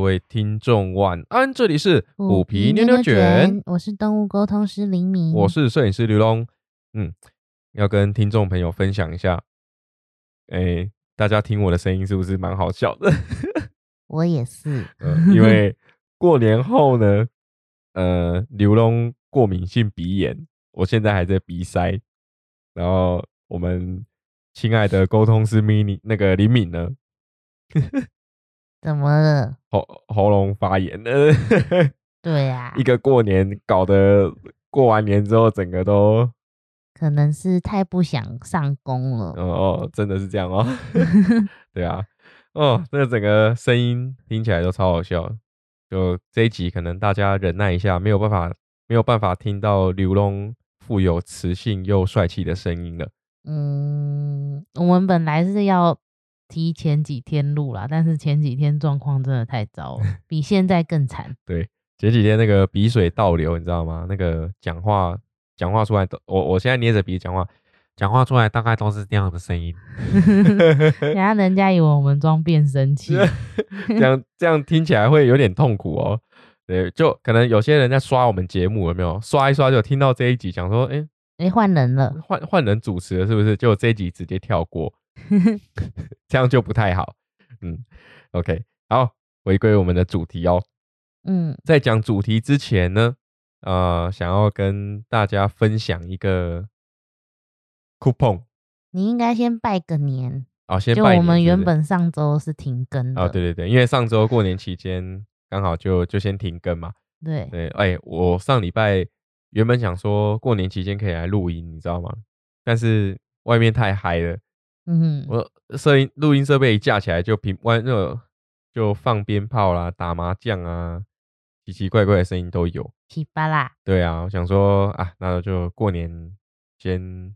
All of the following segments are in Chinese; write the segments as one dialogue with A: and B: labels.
A: 位听众晚安，这里是虎皮
B: 牛
A: 牛牛卷，，
B: 我是动物沟通师林明，
A: 我是摄影师刘龙。嗯，要跟听众朋友分享一下，哎、大家听我的声音是不是蛮好笑的？
B: 我也是，
A: 呃，因为过年后呢，呃，刘龙过敏性鼻炎，我现在还在鼻塞。然后我们亲爱的沟通师 mini 那个李敏呢，
B: 怎么了？
A: 喉喉咙发炎，呃，
B: 对啊
A: 一，个过年搞得过完年之后，整个都
B: 可能是太不想上工了。
A: 哦，真的是这样哦。 对啊，哦，那整个声音听起来都超好笑的。就这一集，可能大家忍耐一下，没有办法，没有办法听到刘龙富有磁性又帅气的声音了。
B: 嗯，我们本来是要提前几天录啦，但是前几天状况真的太糟了，比现在更惨。
A: 前几天那个鼻水倒流，你知道吗？那个讲话讲话出来都，我我现在捏着鼻讲话，讲话出来大概都是这样的声音。，
B: 人家人家以为我们装变声器
A: 这样这样听起来会有点痛苦哦。对，就可能有些人在刷我们节目，有没有刷一刷就听到这一集，想说，哎、
B: 哎，换人了。
A: 换换人主持了是不是？就这一集直接跳 过，这样就不太好。嗯，OK，好，回归我们的主题哦。
B: 嗯，
A: 在讲主题之前呢，呃，想要跟大家分享一个 coupon
B: 你应该先拜个年，
A: 啊，先
B: 就
A: 拜
B: 我
A: 年
B: 们
A: 是不
B: 原
A: 是
B: 本上周是停更的。
A: 啊，对对对，因为上周过年期间刚好就就先停更嘛，
B: 对
A: 对，哎、我上礼拜原本想说过年期间可以来录音，你知道吗？但是外面太嗨了，
B: 嗯，
A: 我摄音录音设备一架起来就平外那个就放鞭炮啦、打麻将啊，奇奇怪怪的声音都有。
B: 奇巴啦，
A: 对啊，我想说啊，那就过年先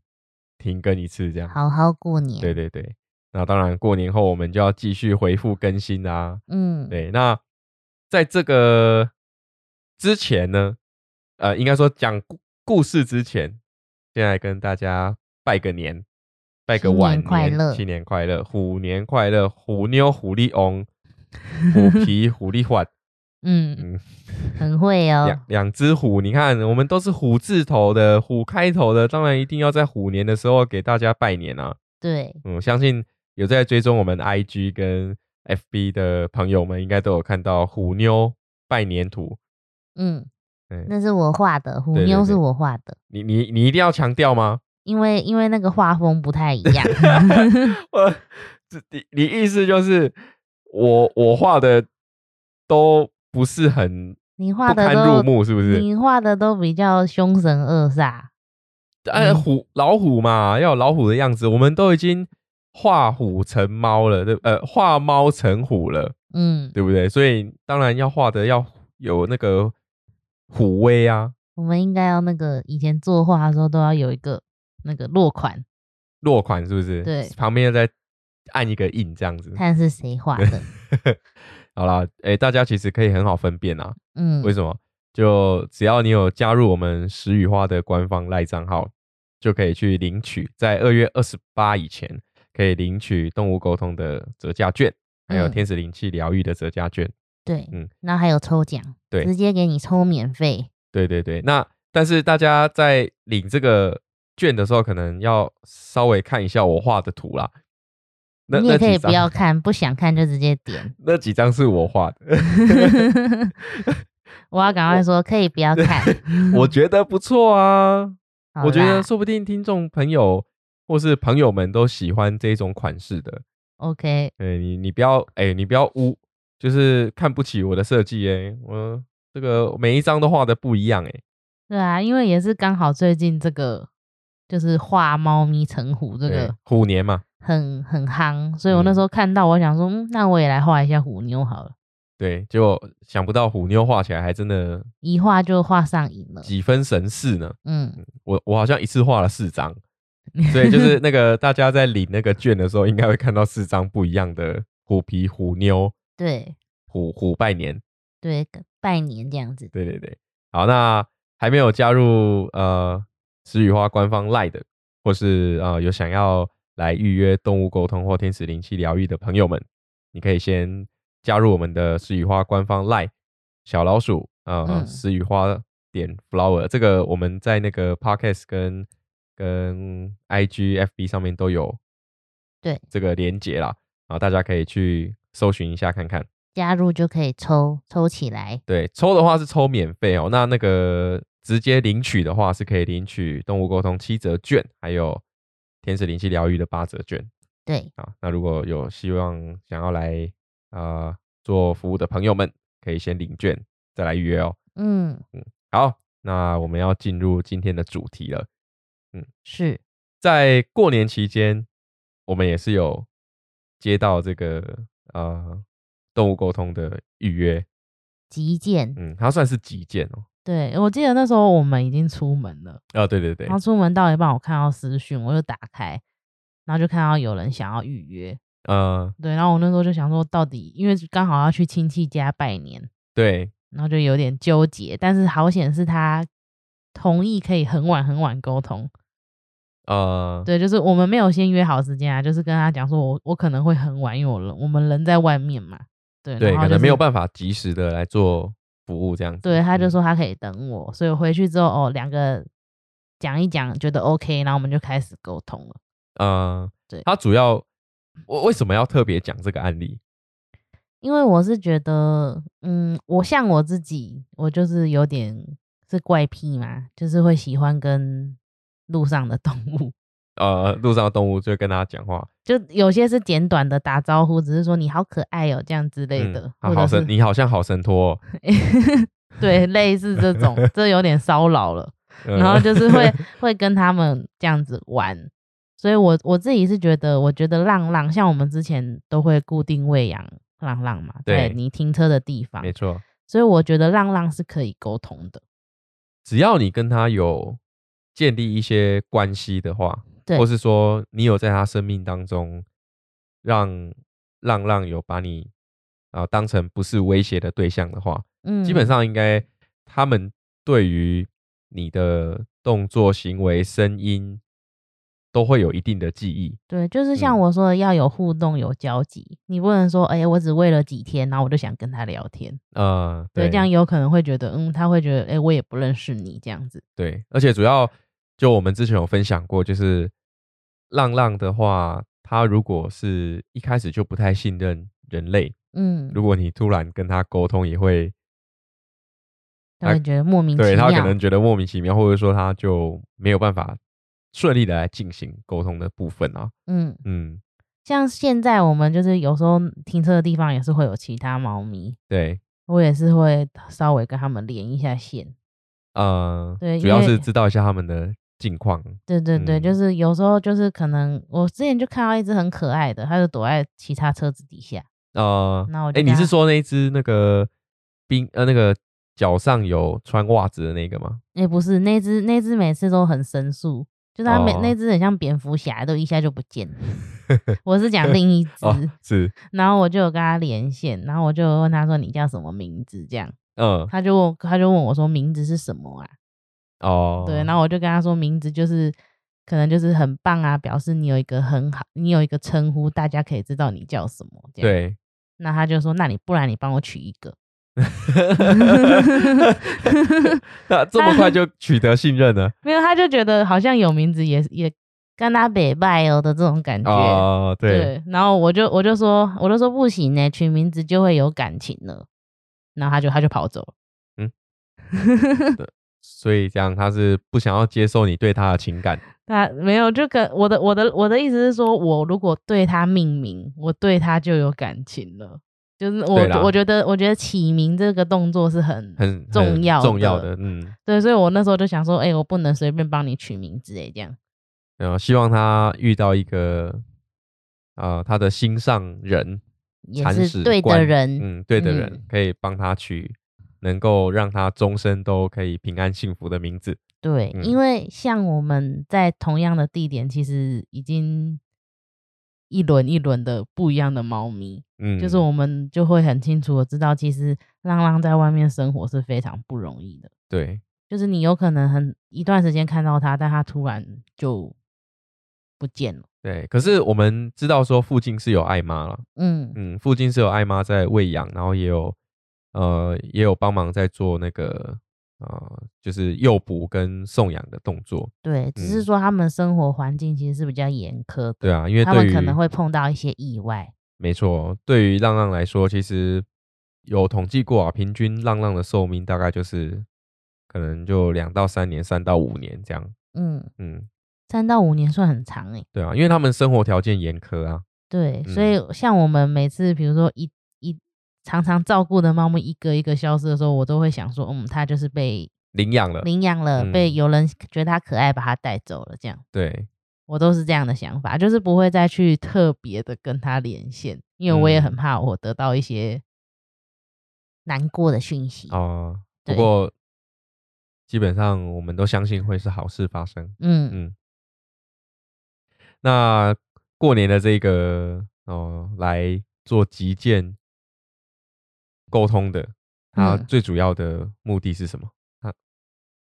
A: 停更一次这样。
B: 好好过年。
A: 对对对，那当然过年后我们就要继续回复更新啊啦、
B: 嗯，
A: 对，那在这个之前呢，呃，应该说讲故故事之前，先来跟大家拜个年，拜个
B: 新
A: 晚
B: 年快乐
A: 新年快乐，虎年快乐，虎妞虎力翁， 虎皮虎力焕，
B: 嗯，
A: 嗯，
B: 很 会
A: 两
B: 哦。
A: 两只虎，你看我们都是虎字头的，虎开头的，当然一定要在虎年的时候给大家拜年啊。
B: 对，
A: 嗯，相信有在追踪我们 IG 跟 FB 的朋友们，应该都有看到虎妞拜年图。
B: 嗯，
A: 对
B: 那是我画的，虎
A: 哎对对
B: 妞是
A: 对
B: 我画的，
A: 你你你一定要强调吗？
B: 因为因为那个画风不太一样。
A: 我这你你意思就是我我画的都不是很
B: 你
A: 不
B: 画的
A: 堪入
B: 都，
A: 目，是不是？
B: 你画的都比较凶神恶煞。
A: 哎，
B: 嗯
A: 虎老虎嘛，要有老虎的样子，我们都已经画虎成猫了，对呃，画猫成虎了。
B: 嗯，
A: 对不对？所以当然要画的要有那个虎威啊，
B: 我们应该要那个以前作画的时候都要有一个那个落款，
A: 落款是不是？
B: 对
A: 旁边再按一个印这样子。
B: 看是谁画的。
A: 好啦，诶，大家其实可以很好分辨啊。
B: 嗯，
A: 为什么？就只要你有加入我们石雨花的官方赖账号，就可以去领取，在二月二十八以前可以领取动物沟通的折价券，还有
B: 嗯
A: 天使灵气疗愈的折价券。
B: 对，
A: 嗯
B: 然后还有抽奖，
A: 对
B: 直接给你抽免费。
A: 对对对，那但是大家在领这个券的时候，可能要稍微看一下我画的图啦。那
B: 你也
A: 那
B: 可
A: 几
B: 以不要
A: 张，。
B: 看，不想看就直接点
A: 那几张是我画的，
B: 我要赶快说，可以不 要看。
A: 我觉得不错啊。
B: 好
A: 我觉
B: 啦
A: 得说不定听众朋友或是朋友们都喜欢这种款式的。
B: OK，
A: 哎、你你不要哎、你不要污，就是看不起我的设计哎，我这个每一张都画的不一样哎、
B: 对啊，因为也是刚好最近这个就是画猫咪成虎这
A: 哎
B: 个
A: 虎年嘛，
B: 很很夯，所以我那
A: 嗯
B: 时候看到，我想说，嗯，那我也来画一下虎妞好了，
A: 对，结果想不到虎妞画起来还真的
B: 一画就画上瘾了。
A: 几分神似呢。
B: 嗯，
A: 我我好像一次画了四张，所以就是那个大家在领那个券的时候，应该会看到四张不一样的虎皮、虎妞、
B: 对
A: 虎虎拜年。
B: 对，拜年这样子。
A: 对对对，好，那还没有加入呃石雨花官方 Line 的，或是呃有想要来预约动物沟通或天使灵气疗愈的朋友们，你可以先加入我们的石雨花官方 Line 小老鼠呃
B: 嗯
A: 石雨花点 flower，这个我们在那个 podcast 跟跟 IG FB 上面都有
B: 对
A: 这个连接啦，然后大家可以去搜寻一下看看。
B: 加入就可以抽抽起来，
A: 对，抽的话是抽免费哦。那那个直接领取的话，是可以领取动物沟通七折券，还有天使灵气疗愈的八折券
B: 对，
A: 啊。那如果有希望想要来呃做服务的朋友们，可以先领券再来预约哦。
B: 嗯，
A: 好，那我们要进入今天的主题了。
B: 是，
A: 在过年期间，我们也是有接到这个呃动物沟通的预约，
B: 极简。
A: 嗯，它算是急件哦。
B: 对我记得那时候我们已经出门了，
A: 啊，对对对
B: 然，后出门到一半，我看到私讯，我就打开，然后就看到有人想要预约，
A: 呃，
B: 对，然后我那时候就想说，到底因为刚好要去亲戚家拜年，
A: 对，
B: 然后就有点纠结，但是好险是他同意可以很晚很晚沟通，
A: 呃，
B: 对，就是我们没有先约好时间啊，就是跟他讲说我我可能会很晚，因为我人我们人在外面嘛，对，
A: 对，
B: 然后
A: 可
B: 就
A: 能没有
B: 是
A: 办法及时的来做服务这样子。
B: 对，他就
A: 嗯，
B: 说他可以等我，所以我回去之后哦，两个讲一讲，觉得 OK，然后我们就开始沟通了。
A: 呃，
B: 对嗯
A: 他主要我为什么要特别讲这个案例？
B: 因为我是觉得，嗯，我像我自己，我就是有点是怪癖嘛，就是会喜欢跟路上的动物，
A: 呃，路上的动物就跟他讲话，
B: 就有些是简短的打招呼，只是说你好可爱哦、这样之类
A: 嗯
B: 的，
A: 啊
B: 或
A: 好
B: 者
A: 神，
B: 是
A: 你好像好神托哦、
B: 对类似这 种，这有点骚扰了。
A: 嗯
B: 然后就是会会跟他们这样子玩。所以我我自己是觉得，我觉得浪浪像我们之前都会固定喂养浪浪嘛，在
A: 对
B: 你停车的地方
A: 呃没，错，
B: 所以我觉得浪浪是可以沟通的。
A: 只要你跟他有建立一些关系的话，
B: 对
A: 或是说你有在他生命当中让浪浪有把你啊、呃当成不是威胁的对象的话，
B: 嗯，
A: 基本上应该他们对于你的动作、行为、声音都会有一定的记忆。
B: 对，就是像
A: 嗯
B: 我说的，要有互动，有交集。你不能说，哎、我只喂了几天，然后我就想跟他聊天。
A: 呃，
B: 对，这样有可能会觉得，嗯，他会觉得，哎、我也不认识你这样子。
A: 对，而且主要就我们之前有分享过，就是浪浪的话，它如果是一开始就不太信任人类，
B: 嗯，
A: 如果你突然跟它沟通，也会
B: 他会觉得莫名其
A: 对
B: 妙。
A: 它可能觉得莫名其妙，或者说它就没有办法顺利的来进行沟通的部分啊。
B: 嗯，
A: 嗯，
B: 像现在我们就是有时候停车的地方也是会有其他猫咪，
A: 对，
B: 我也是会稍微跟它们连一下线。
A: 呃，
B: 对
A: 主
B: 因
A: 要
B: 为
A: 是知道一下他们的近况。
B: 对对对，就
A: 嗯
B: 是有时候就是可能我之前就看到一只很可爱的，它就躲在其他车子底下。
A: 呃，
B: 那我就
A: 哎，
B: 跟
A: 你是
B: 它
A: 说那一只那个冰呃那个脚上有穿袜子的那个吗？
B: 哎、不是那只那只每次都很神速，就是它每、
A: 哦
B: 那只很像蝙蝠侠，都一下就不 见了。我是讲另一只，
A: 哦，是，
B: 然后我就有跟它连线，然后我就问它说你叫什么名字？这样，
A: 嗯，
B: 它就问它就问我说名字是什么啊？
A: 哦，
B: 对，然后我就跟他说名字就是可能就是很棒啊，表示你有一个很好，你有一个称呼，大家可以知道你叫什么。这样，
A: 对，
B: 那他就说，那你不然你帮我取一个。
A: 那这么快就取得信任 了
B: 没有，他就觉得好像有名字也也跟他北拜哦的这种感觉。
A: 哦，对，
B: 对，然后我就我就说我就说不行呢、取名字就会有感情了。然后他就他就跑走了。
A: 嗯所以这样他是不想要接受你对他的情感，
B: 他没有，就跟我的我的我的意思是说，我如果对他命名，我对他就有感情了。就是我
A: 对啦
B: 我觉得我觉得起名这个动作是很
A: 很很
B: 重要
A: 重要
B: 的
A: 的，嗯，
B: 对，所以我那时候就想说，哎、我不能随便帮你取名字，哎，这样
A: 然呃后希望他遇到一个呃他的心上人，
B: 也
A: 铲
B: 是
A: 屎
B: 对的
A: 官
B: 人。
A: 嗯，对的人
B: 嗯
A: 可以帮他取，能够让他终身都可以平安幸福的名字。
B: 对，
A: 嗯
B: 因为像我们在同样的地点，其实已经一轮一轮的不一样的猫咪，
A: 嗯，
B: 就是我们就会很清楚的知道，其实浪浪在外面生活是非常不容易的。
A: 对，
B: 就是你有可能很一段时间看到它，但它突然就不见了。嗯
A: 对，可是我们知道说附近是有爱妈了，
B: 嗯，
A: 嗯，附近是有爱妈在喂养，然后也有呃也有帮忙在做那个呃就是诱捕跟送养的动作，
B: 对，只是
A: 嗯
B: 说他们生活环境其实是比较严苛的，
A: 对啊，因为
B: 他
A: 对
B: 们
A: 于
B: 可能会碰到一些意外。
A: 没错，对于浪浪来说，其实有统计过啊，平均浪浪的寿命大概就是可能就两到三年，三到五年这样，
B: 嗯，
A: 嗯，
B: 三到五年算很长欸诶、
A: 对啊，因为他们生活条件严苛啊，
B: 对，所以像我们每次比如说一一常常照顾的猫咪一个一个消失的时候，我都会想说，嗯，它就是被
A: 领养了，
B: 领养了，
A: 嗯
B: 被有人觉得它可爱，把它带走了，这样
A: 对，
B: 我都是这样的想法，就是不会再去特别的跟它连线，因为我也
A: 嗯
B: 很怕我得到一些难过的讯息。
A: 哦、不
B: 对
A: 过基本上我们都相信会是好事发生。
B: 嗯
A: 嗯那过年的这个哦、来做极简沟通的，它
B: 嗯
A: 最主要的目的是什么？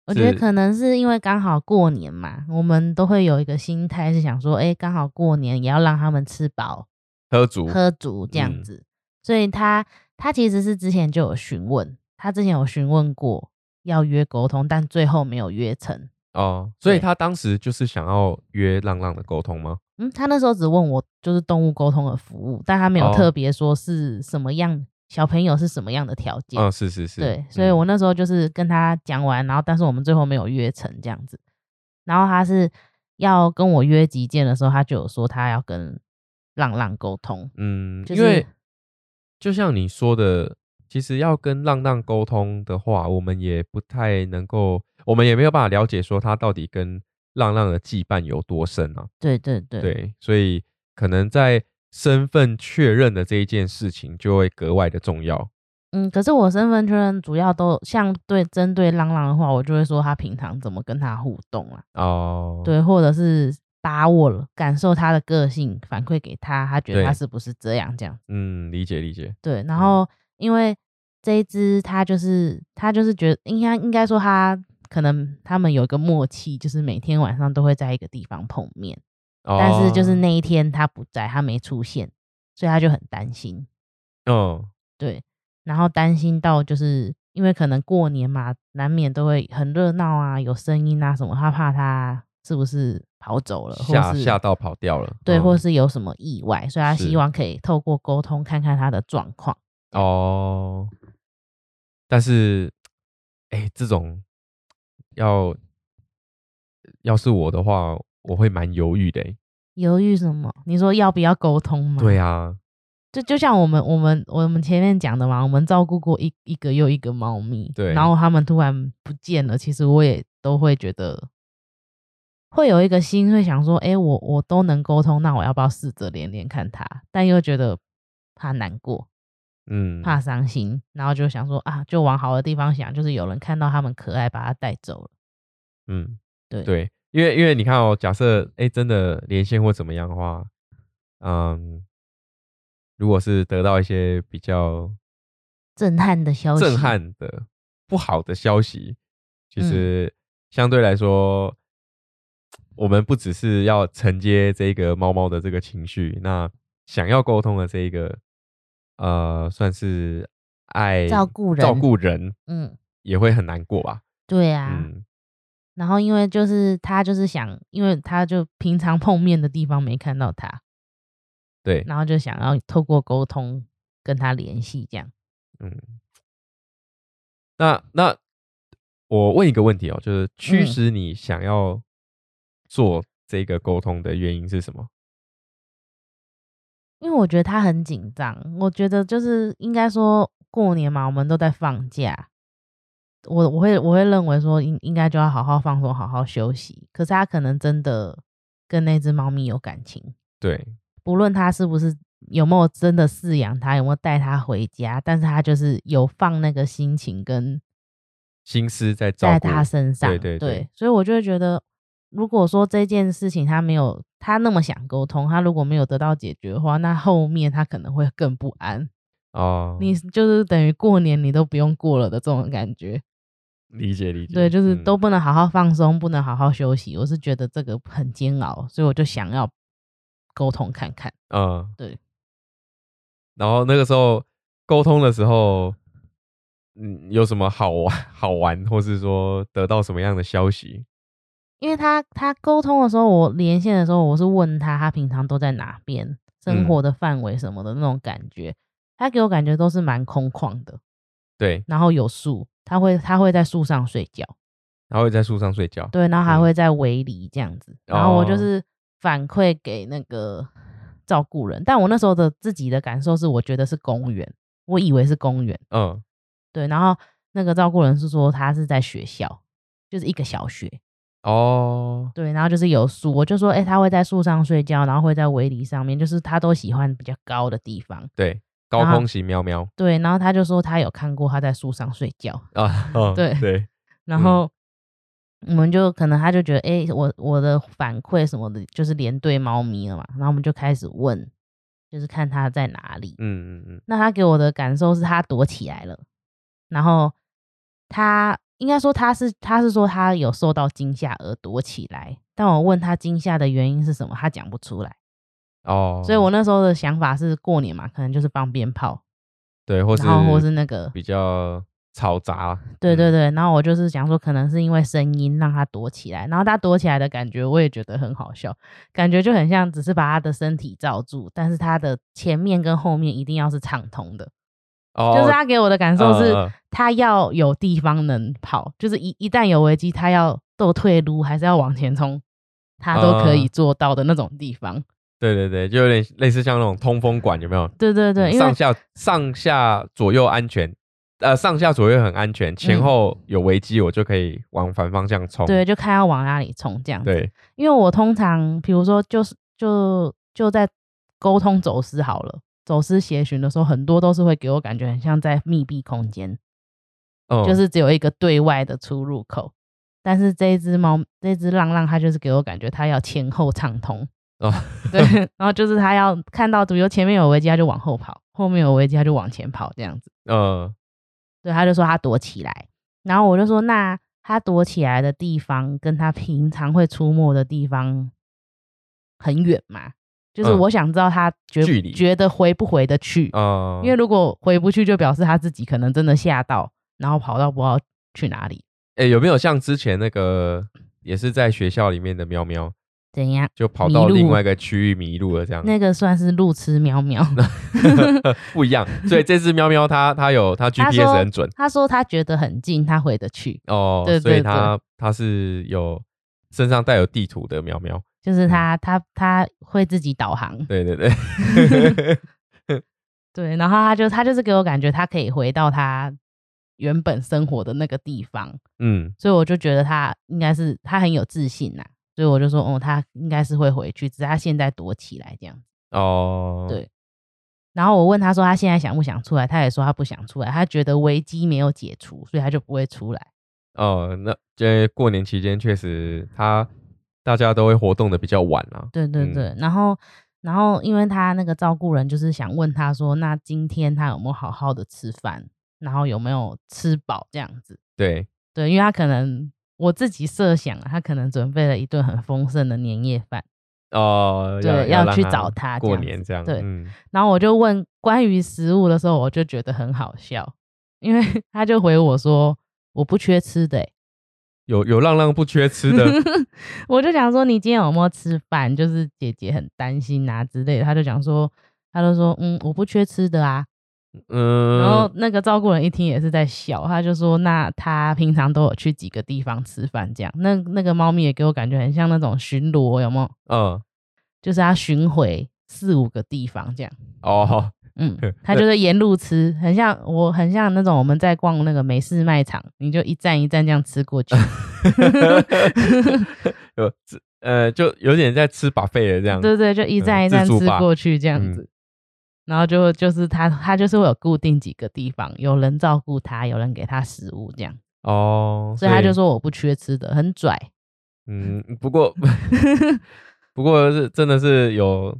B: 我觉
A: 是
B: 得可能是因为刚好过年嘛，我们都会有一个心态是想说，哎、刚好过年也要让他们吃饱
A: 喝足，
B: 喝足这样
A: 嗯
B: 子。所以他他其实是之前就有询问，他之前有询问过要约沟通，但最后没有约成。
A: 哦，所以
B: 对
A: 他当时就是想要约浪浪的沟通吗？
B: 嗯，他那时候只问我就是动物沟通的服务，但他没有
A: 哦
B: 特别说是什么样、小朋友是什么样的条件。
A: 嗯，是是是，
B: 对，所以
A: 嗯
B: 我那时候就是跟他讲完，然后但是我们最后没有约成这样子。然后他是要跟我约急件的时候，他就有说他要跟浪浪沟通。
A: 嗯，
B: 就
A: 因为
B: 是
A: 就像你说的，其实要跟浪浪沟通的话，我们也不太能够，我们也没有办法了解说他到底跟浪浪的羁绊有多深啊。
B: 对对对，
A: 对，所以可能在身份确认的这一件事情就会格外的重要。
B: 嗯，可是我身份确认主要都像对针对浪浪的话，我就会说他平常怎么跟他互动啦、
A: 哦，，
B: 对，或者是把握了感受他的个性，反馈给他，他觉得
A: 对
B: 他是不是这样这样。
A: 嗯，理解理解，
B: 对，然
A: 嗯
B: 后因为这一只它就是它就是觉得应该应该说它可能他们有一个默契，就是每天晚上都会在一个地方碰面，
A: 哦、
B: 但是就是，那一天它不在，它没出现，所以他就很担心，
A: 嗯，
B: 对，然后担心到就是因为可能过年嘛，难免都会很热闹啊，有声音啊什么，他怕它是不是跑走了，或
A: 吓
B: 是
A: 吓到跑掉了，
B: 对，
A: 嗯
B: 或是有什么意外，所以他
A: 是
B: 希望可以透过沟通看看它的状况。
A: 哦，但是，哎、这种要要是我的话，我会蛮犹豫的欸、
B: 犹豫什么？你说要不要沟通吗？
A: 对啊，
B: 就就像我们我们我们前面讲的嘛，我们照顾过一一个又一个猫咪，
A: 对
B: 然后它们突然不见了，其实我也都会觉得会有一个心会想说，哎、我我都能沟通，那我要不要试着连连看它？但又觉得怕难过，
A: 嗯，
B: 怕伤心，然后就想说啊，就往好的地方想，就是有人看到它们可爱，把它带走了。
A: 嗯，
B: 对
A: 对，因为因为你看哦，假设哎、真的连线或怎么样的话，嗯，如果是得到一些比较
B: 震撼的消息，
A: 震，撼的不好的消息，其
B: 嗯
A: 实相对来说，我们不只是要承接这个猫猫的这个情绪，那想要沟通的这一个呃，算是爱
B: 照顾人
A: 照顾人
B: 嗯，
A: 也会很难过吧？
B: 对啊，
A: 嗯，
B: 然后因为就是他就是想，因为他就平常碰面的地方没看到他，
A: 对，
B: 然后就想要透过沟通跟他联系，这样。
A: 嗯。那那我问一个问题哦，就是驱
B: 嗯
A: 使你想要做这个沟通的原因是什么？
B: 因为我觉得他很紧张，我觉得就是应该说过年嘛，我们都在放假，我我会我会认为说应应该就要好好放松，好好休息。可是他可能真的跟那只猫咪有感情，
A: 对，
B: 不论他是不是有没有真的饲养它，有没有带它回家，但是他就是有放那个心情跟
A: 心思在照
B: 在
A: 顾
B: 他身上，
A: 对对对
B: 所以我就会觉得，如果说这件事情他没有他那么想沟通，他如果没有得到解决的话，那后面他可能会更不安。
A: 哦，
B: 你就是等于过年你都不用过了的这种感觉，
A: 理解理解。
B: 对，就是
A: 嗯
B: 都不能好好放松，不能好好休息。我是觉得这个很煎熬，所以我就想要沟通看看。
A: 嗯，
B: 对。
A: 然后那个时候沟通的时候，嗯，有什么好玩 好玩，或是说得到什么样的消息？
B: 因为他他沟通的时候，我连线的时候，我是问他他平常都在哪边，生
A: 嗯
B: 活的范围什么的那种感觉，他给我感觉都是蛮空旷的，
A: 对，
B: 然后有树，他会他会在树上睡觉，
A: 他会在树上睡觉。
B: 对，然后还
A: 嗯
B: 会在围篱这样子，然后我就
A: 哦
B: 是反馈给那个照顾人，但我那时候的自己的感受是，我觉得是公园，我以为是公园，
A: 嗯，
B: 对，然后那个照顾人是说他是在学校，就是一个小学，
A: 哦，
B: 对，然后就是有树，我就说，哎、他会在树上睡觉，然后会在围篱上面，就是他都喜欢比较高的地方。
A: 对，高
B: 然后
A: 空型喵喵
B: 对，然后他就说他有看过他在树上睡觉，
A: 啊，嗯
B: 对
A: 对，
B: 然
A: 嗯
B: 后我们就可能他就觉得，哎、我我的反馈什么的，就是连对猫咪了嘛，然后我们就开始问，就是看它在哪里。
A: 嗯嗯嗯，
B: 那他给我的感受是他躲起来了，然后他应该说他是他是说他有受到惊吓而躲起来，但我问他惊吓的原因是什么，他讲不出来。
A: 哦，
B: 所以我那时候的想法是过年嘛，可能就是放鞭炮，
A: 对，或是
B: 然后或是那个，
A: 比较嘈杂，
B: 对
A: 嗯
B: 对对，然后我就是想说，可能是因为声音让他躲起来，然后他躲起来的感觉，我也觉得很好笑，感觉就很像只是把他的身体罩住，但是他的前面跟后面一定要是畅通的，
A: 哦，
B: 就是他给我的感受是，
A: 嗯嗯嗯
B: 他要有地方能跑，就是一一旦有危机，他要斗退路还是要往前冲，他都可以
A: 嗯
B: 做到的那种地方。
A: 对对对，就有点类似像那种通风管，有没有？
B: 对对对，因
A: 嗯
B: 为
A: 上下上下左右安全，呃，上下左右很安全，前
B: 嗯
A: 后有危机，我就可以往反方向冲。
B: 对，就看要往哪里冲这样子。
A: 对
B: 因为我通常比如说就是就就在沟通走私好了，走私协寻的时候，很多都是会给我感觉很像在密闭空间，
A: 嗯，
B: 就是只有一个对外的出入口。但是这一只猫，这只浪浪，它就是给我感觉它要前后畅通，
A: 哦
B: 对， 然后就是它要看到，比如前面有危机，它就往后跑；后面有危机，它就往前跑，这样子。
A: 呃，
B: 对，他就说他躲起来，然后我就说那他躲起来的地方跟他平常会出没的地方很远嘛，就是
A: 嗯
B: 我想知道他觉、
A: 距离
B: 觉得回不回得去，
A: 呃，
B: 因为如果回不去，就表示他自己可能真的吓到，然后跑到不知道去哪里，
A: 诶有没有像之前那个也是在学校里面的喵喵，
B: 怎样？
A: 就跑
B: 迷
A: 到另
B: 路
A: 外一个区域迷路了这样？
B: 那个算是路痴喵喵，
A: 不一样，所以这只喵喵它它有它
B: 他
A: GPS
B: 说
A: 很准
B: 他说他觉得很近，他回得去，
A: 哦，
B: 对
A: 所以
B: 对对
A: 它它是有身上带有地图的喵喵。
B: 就是他他他会自己导航，
A: 对对对，
B: 对，然后他就他就是给我感觉他可以回到他原本生活的那个地方，
A: 嗯
B: 所以我就觉得他应该是他很有自信呐、所以我就说，哦，他应该是会回去，只是他现在躲起来这样。
A: 哦，
B: 对然后我问他说他现在想不想出来，他也说他不想出来，他觉得危机没有解除，所以他就不会出来。
A: 哦，那这过年期间确实他大家都会活动的比较晚啊。
B: 对对
A: 嗯
B: 对，然后然后因为他那个照顾人就是想问他说，那今天他有没有好好的吃饭，然后有没有吃饱这样子。
A: 对，
B: 对，因为他可能我自己设想啊，他可能准备了一顿很丰盛的年夜饭，
A: 哦，
B: 对
A: 要
B: 要
A: 让
B: 去找他这
A: 过
B: 样
A: 年
B: 子
A: 这样。
B: 对
A: 嗯，
B: 然后我就问关于食物的时候，我就觉得很好笑，因为 他就回我说我不缺吃的、欸，
A: 有有浪浪不缺吃的
B: 我就想说你今天有没有吃饭？就是姐姐很担心啊之类的，他就讲说。他就说：“嗯，我不缺吃的啊。”
A: 嗯，
B: 然后那个照顾人一听也是在笑，他就说：“那他平常都有去几个地方吃饭，这样。那”那个猫咪也给我感觉很像那种巡逻，有没有？
A: 嗯
B: 就是他巡回四五个地方这样。
A: 哦，
B: 嗯，他就是沿路吃，很像我，很像那种我们在逛那个美式卖场，你就一站一站这样吃过 去。
A: 有这呃，就有点在吃把费的这样。
B: 对对，就一站一
A: 嗯
B: 站
A: 自助
B: 吃
A: 吧嗯
B: 过去这样子。然后就就是他，他就是会有固定几个地方，有人照顾他，有人给他食物这样，
A: 哦，
B: 所以他就说我不缺吃的，很拽。
A: 嗯，不 过不过是真的是有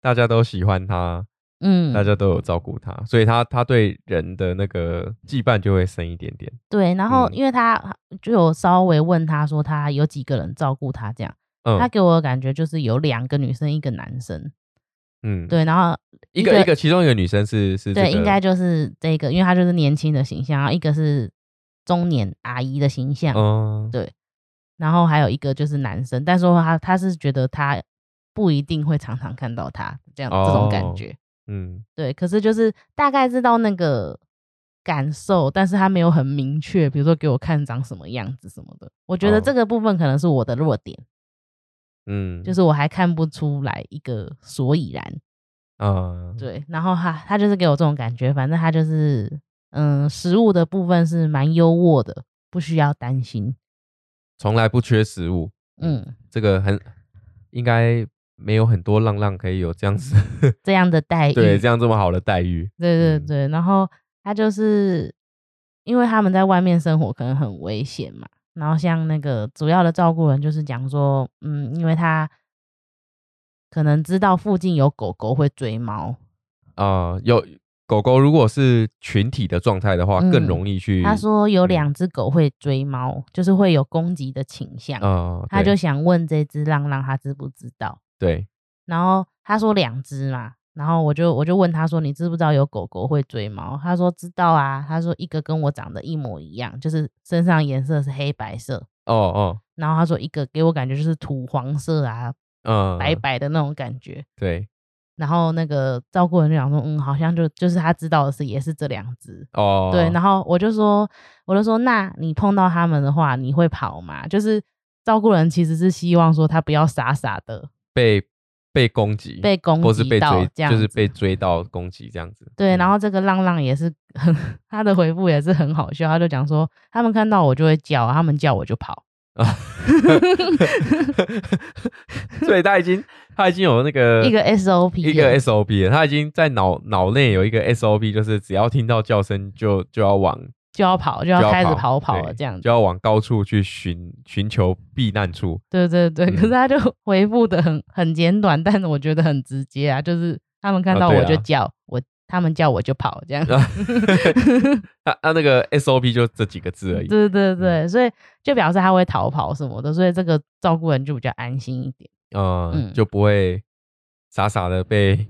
A: 大家都喜欢他，
B: 嗯，
A: 大家都有照顾他，所以他他对人的那个羁绊就会深一点点。
B: 对，然后
A: 嗯
B: 因为他就有稍微问他说他有几个人照顾他这样，
A: 嗯
B: 他给我的感觉就是有两个女生一个男生，
A: 嗯，
B: 对，然后
A: 一
B: 一
A: 个
B: 个
A: 一个，其中一个女生是是、这
B: 对
A: 个
B: 应该就是这个，因为他就是年轻的形象，然后一个是中年阿姨的形象，
A: 嗯
B: 对然后还有一个就是男生，但是他他是觉得他不一定会常常看到他这样、这种
A: 哦
B: 感觉，
A: 嗯
B: 对，可是就是大概知道那个感受，但是他没有很明确，比如说给我看长什么样子什么的。我觉
A: 哦
B: 得这个部分可能是我的弱点，
A: 嗯，
B: 就是是我还看不出来一个所以然。
A: 啊、嗯，
B: 对，然后他他就是给我这种感觉，反正他就是嗯，食物的部分是蛮优渥的，不需要担心。
A: 从来不缺食物，
B: 嗯，
A: 这个很应该没有很多浪浪可以有这样子，
B: 这样的待遇，
A: 对，这样这么好的待遇，
B: 对对
A: 嗯
B: 对，然后他就是因为他们在外面生活可能很危险嘛，然后像那个主要的照顾人就是讲说，嗯，因为他可能知道附近有狗狗会追猫，
A: 啊、有狗狗如果是群体的状态的话，更
B: 嗯
A: 容易去。
B: 他说有
A: 嗯
B: 两只狗会追猫，就是会有攻击的倾向，
A: 啊，
B: 他
A: 对
B: 就想问这只浪浪他知不知道，
A: 对，
B: 然后他说两只嘛。然后我就我就问他说：“你知不知道有狗狗会追猫？”他说：“知道啊。”他说：“一个跟我长得一模一样，就是身上颜色是黑白色。
A: 哦哦，”
B: 然后他说：“一个给我感觉就是土黄色啊，
A: 嗯，
B: 白白的那种感觉。
A: 对，
B: 然后那个照顾人就想说：“嗯，好像就就是他知道的是也是这两只。
A: 哦，
B: 对，然后我就说：“我就说，那你碰到他们的话，你会跑吗？”就是照顾人其实是希望说他不要傻傻的
A: 被被攻击，
B: 被攻
A: 嗯或是
B: 击
A: 被
B: 嗯到
A: 追，
B: 这样
A: 就是
B: 子
A: 被追到攻击这样子。
B: 对，然
A: 嗯
B: 后这个浪浪也是很， 他的回复也是很好笑，他就讲说，他们看到我就会叫，他们叫我就跑。
A: 所以他已经他已经有那个
B: 一个 SOP
A: 一个
B: 了
A: SOP，了他已经在脑脑内有一个 SOP，就是只要听到叫声就就要往
B: 就要跑，就
A: 就
B: 要开始跑跑
A: 跑
B: 了，
A: 对
B: 这样
A: 就
B: 子。
A: 要往高处去寻寻求避难 处。
B: 对对对，
A: 嗯
B: 可是他就 回复的很很简短，但是我觉得很直接啊，就是他们看
A: 啊
B: 到
A: 对
B: 我就
A: 啊
B: 叫、我，他们叫我就跑这样。
A: 他他啊那个 SOP 就这几个字而已。嗯
B: 对对对，所以就表示他会逃跑什么的，所以这个照顾人就比较安心一点。
A: 嗯，
B: 嗯
A: 就不会傻傻的被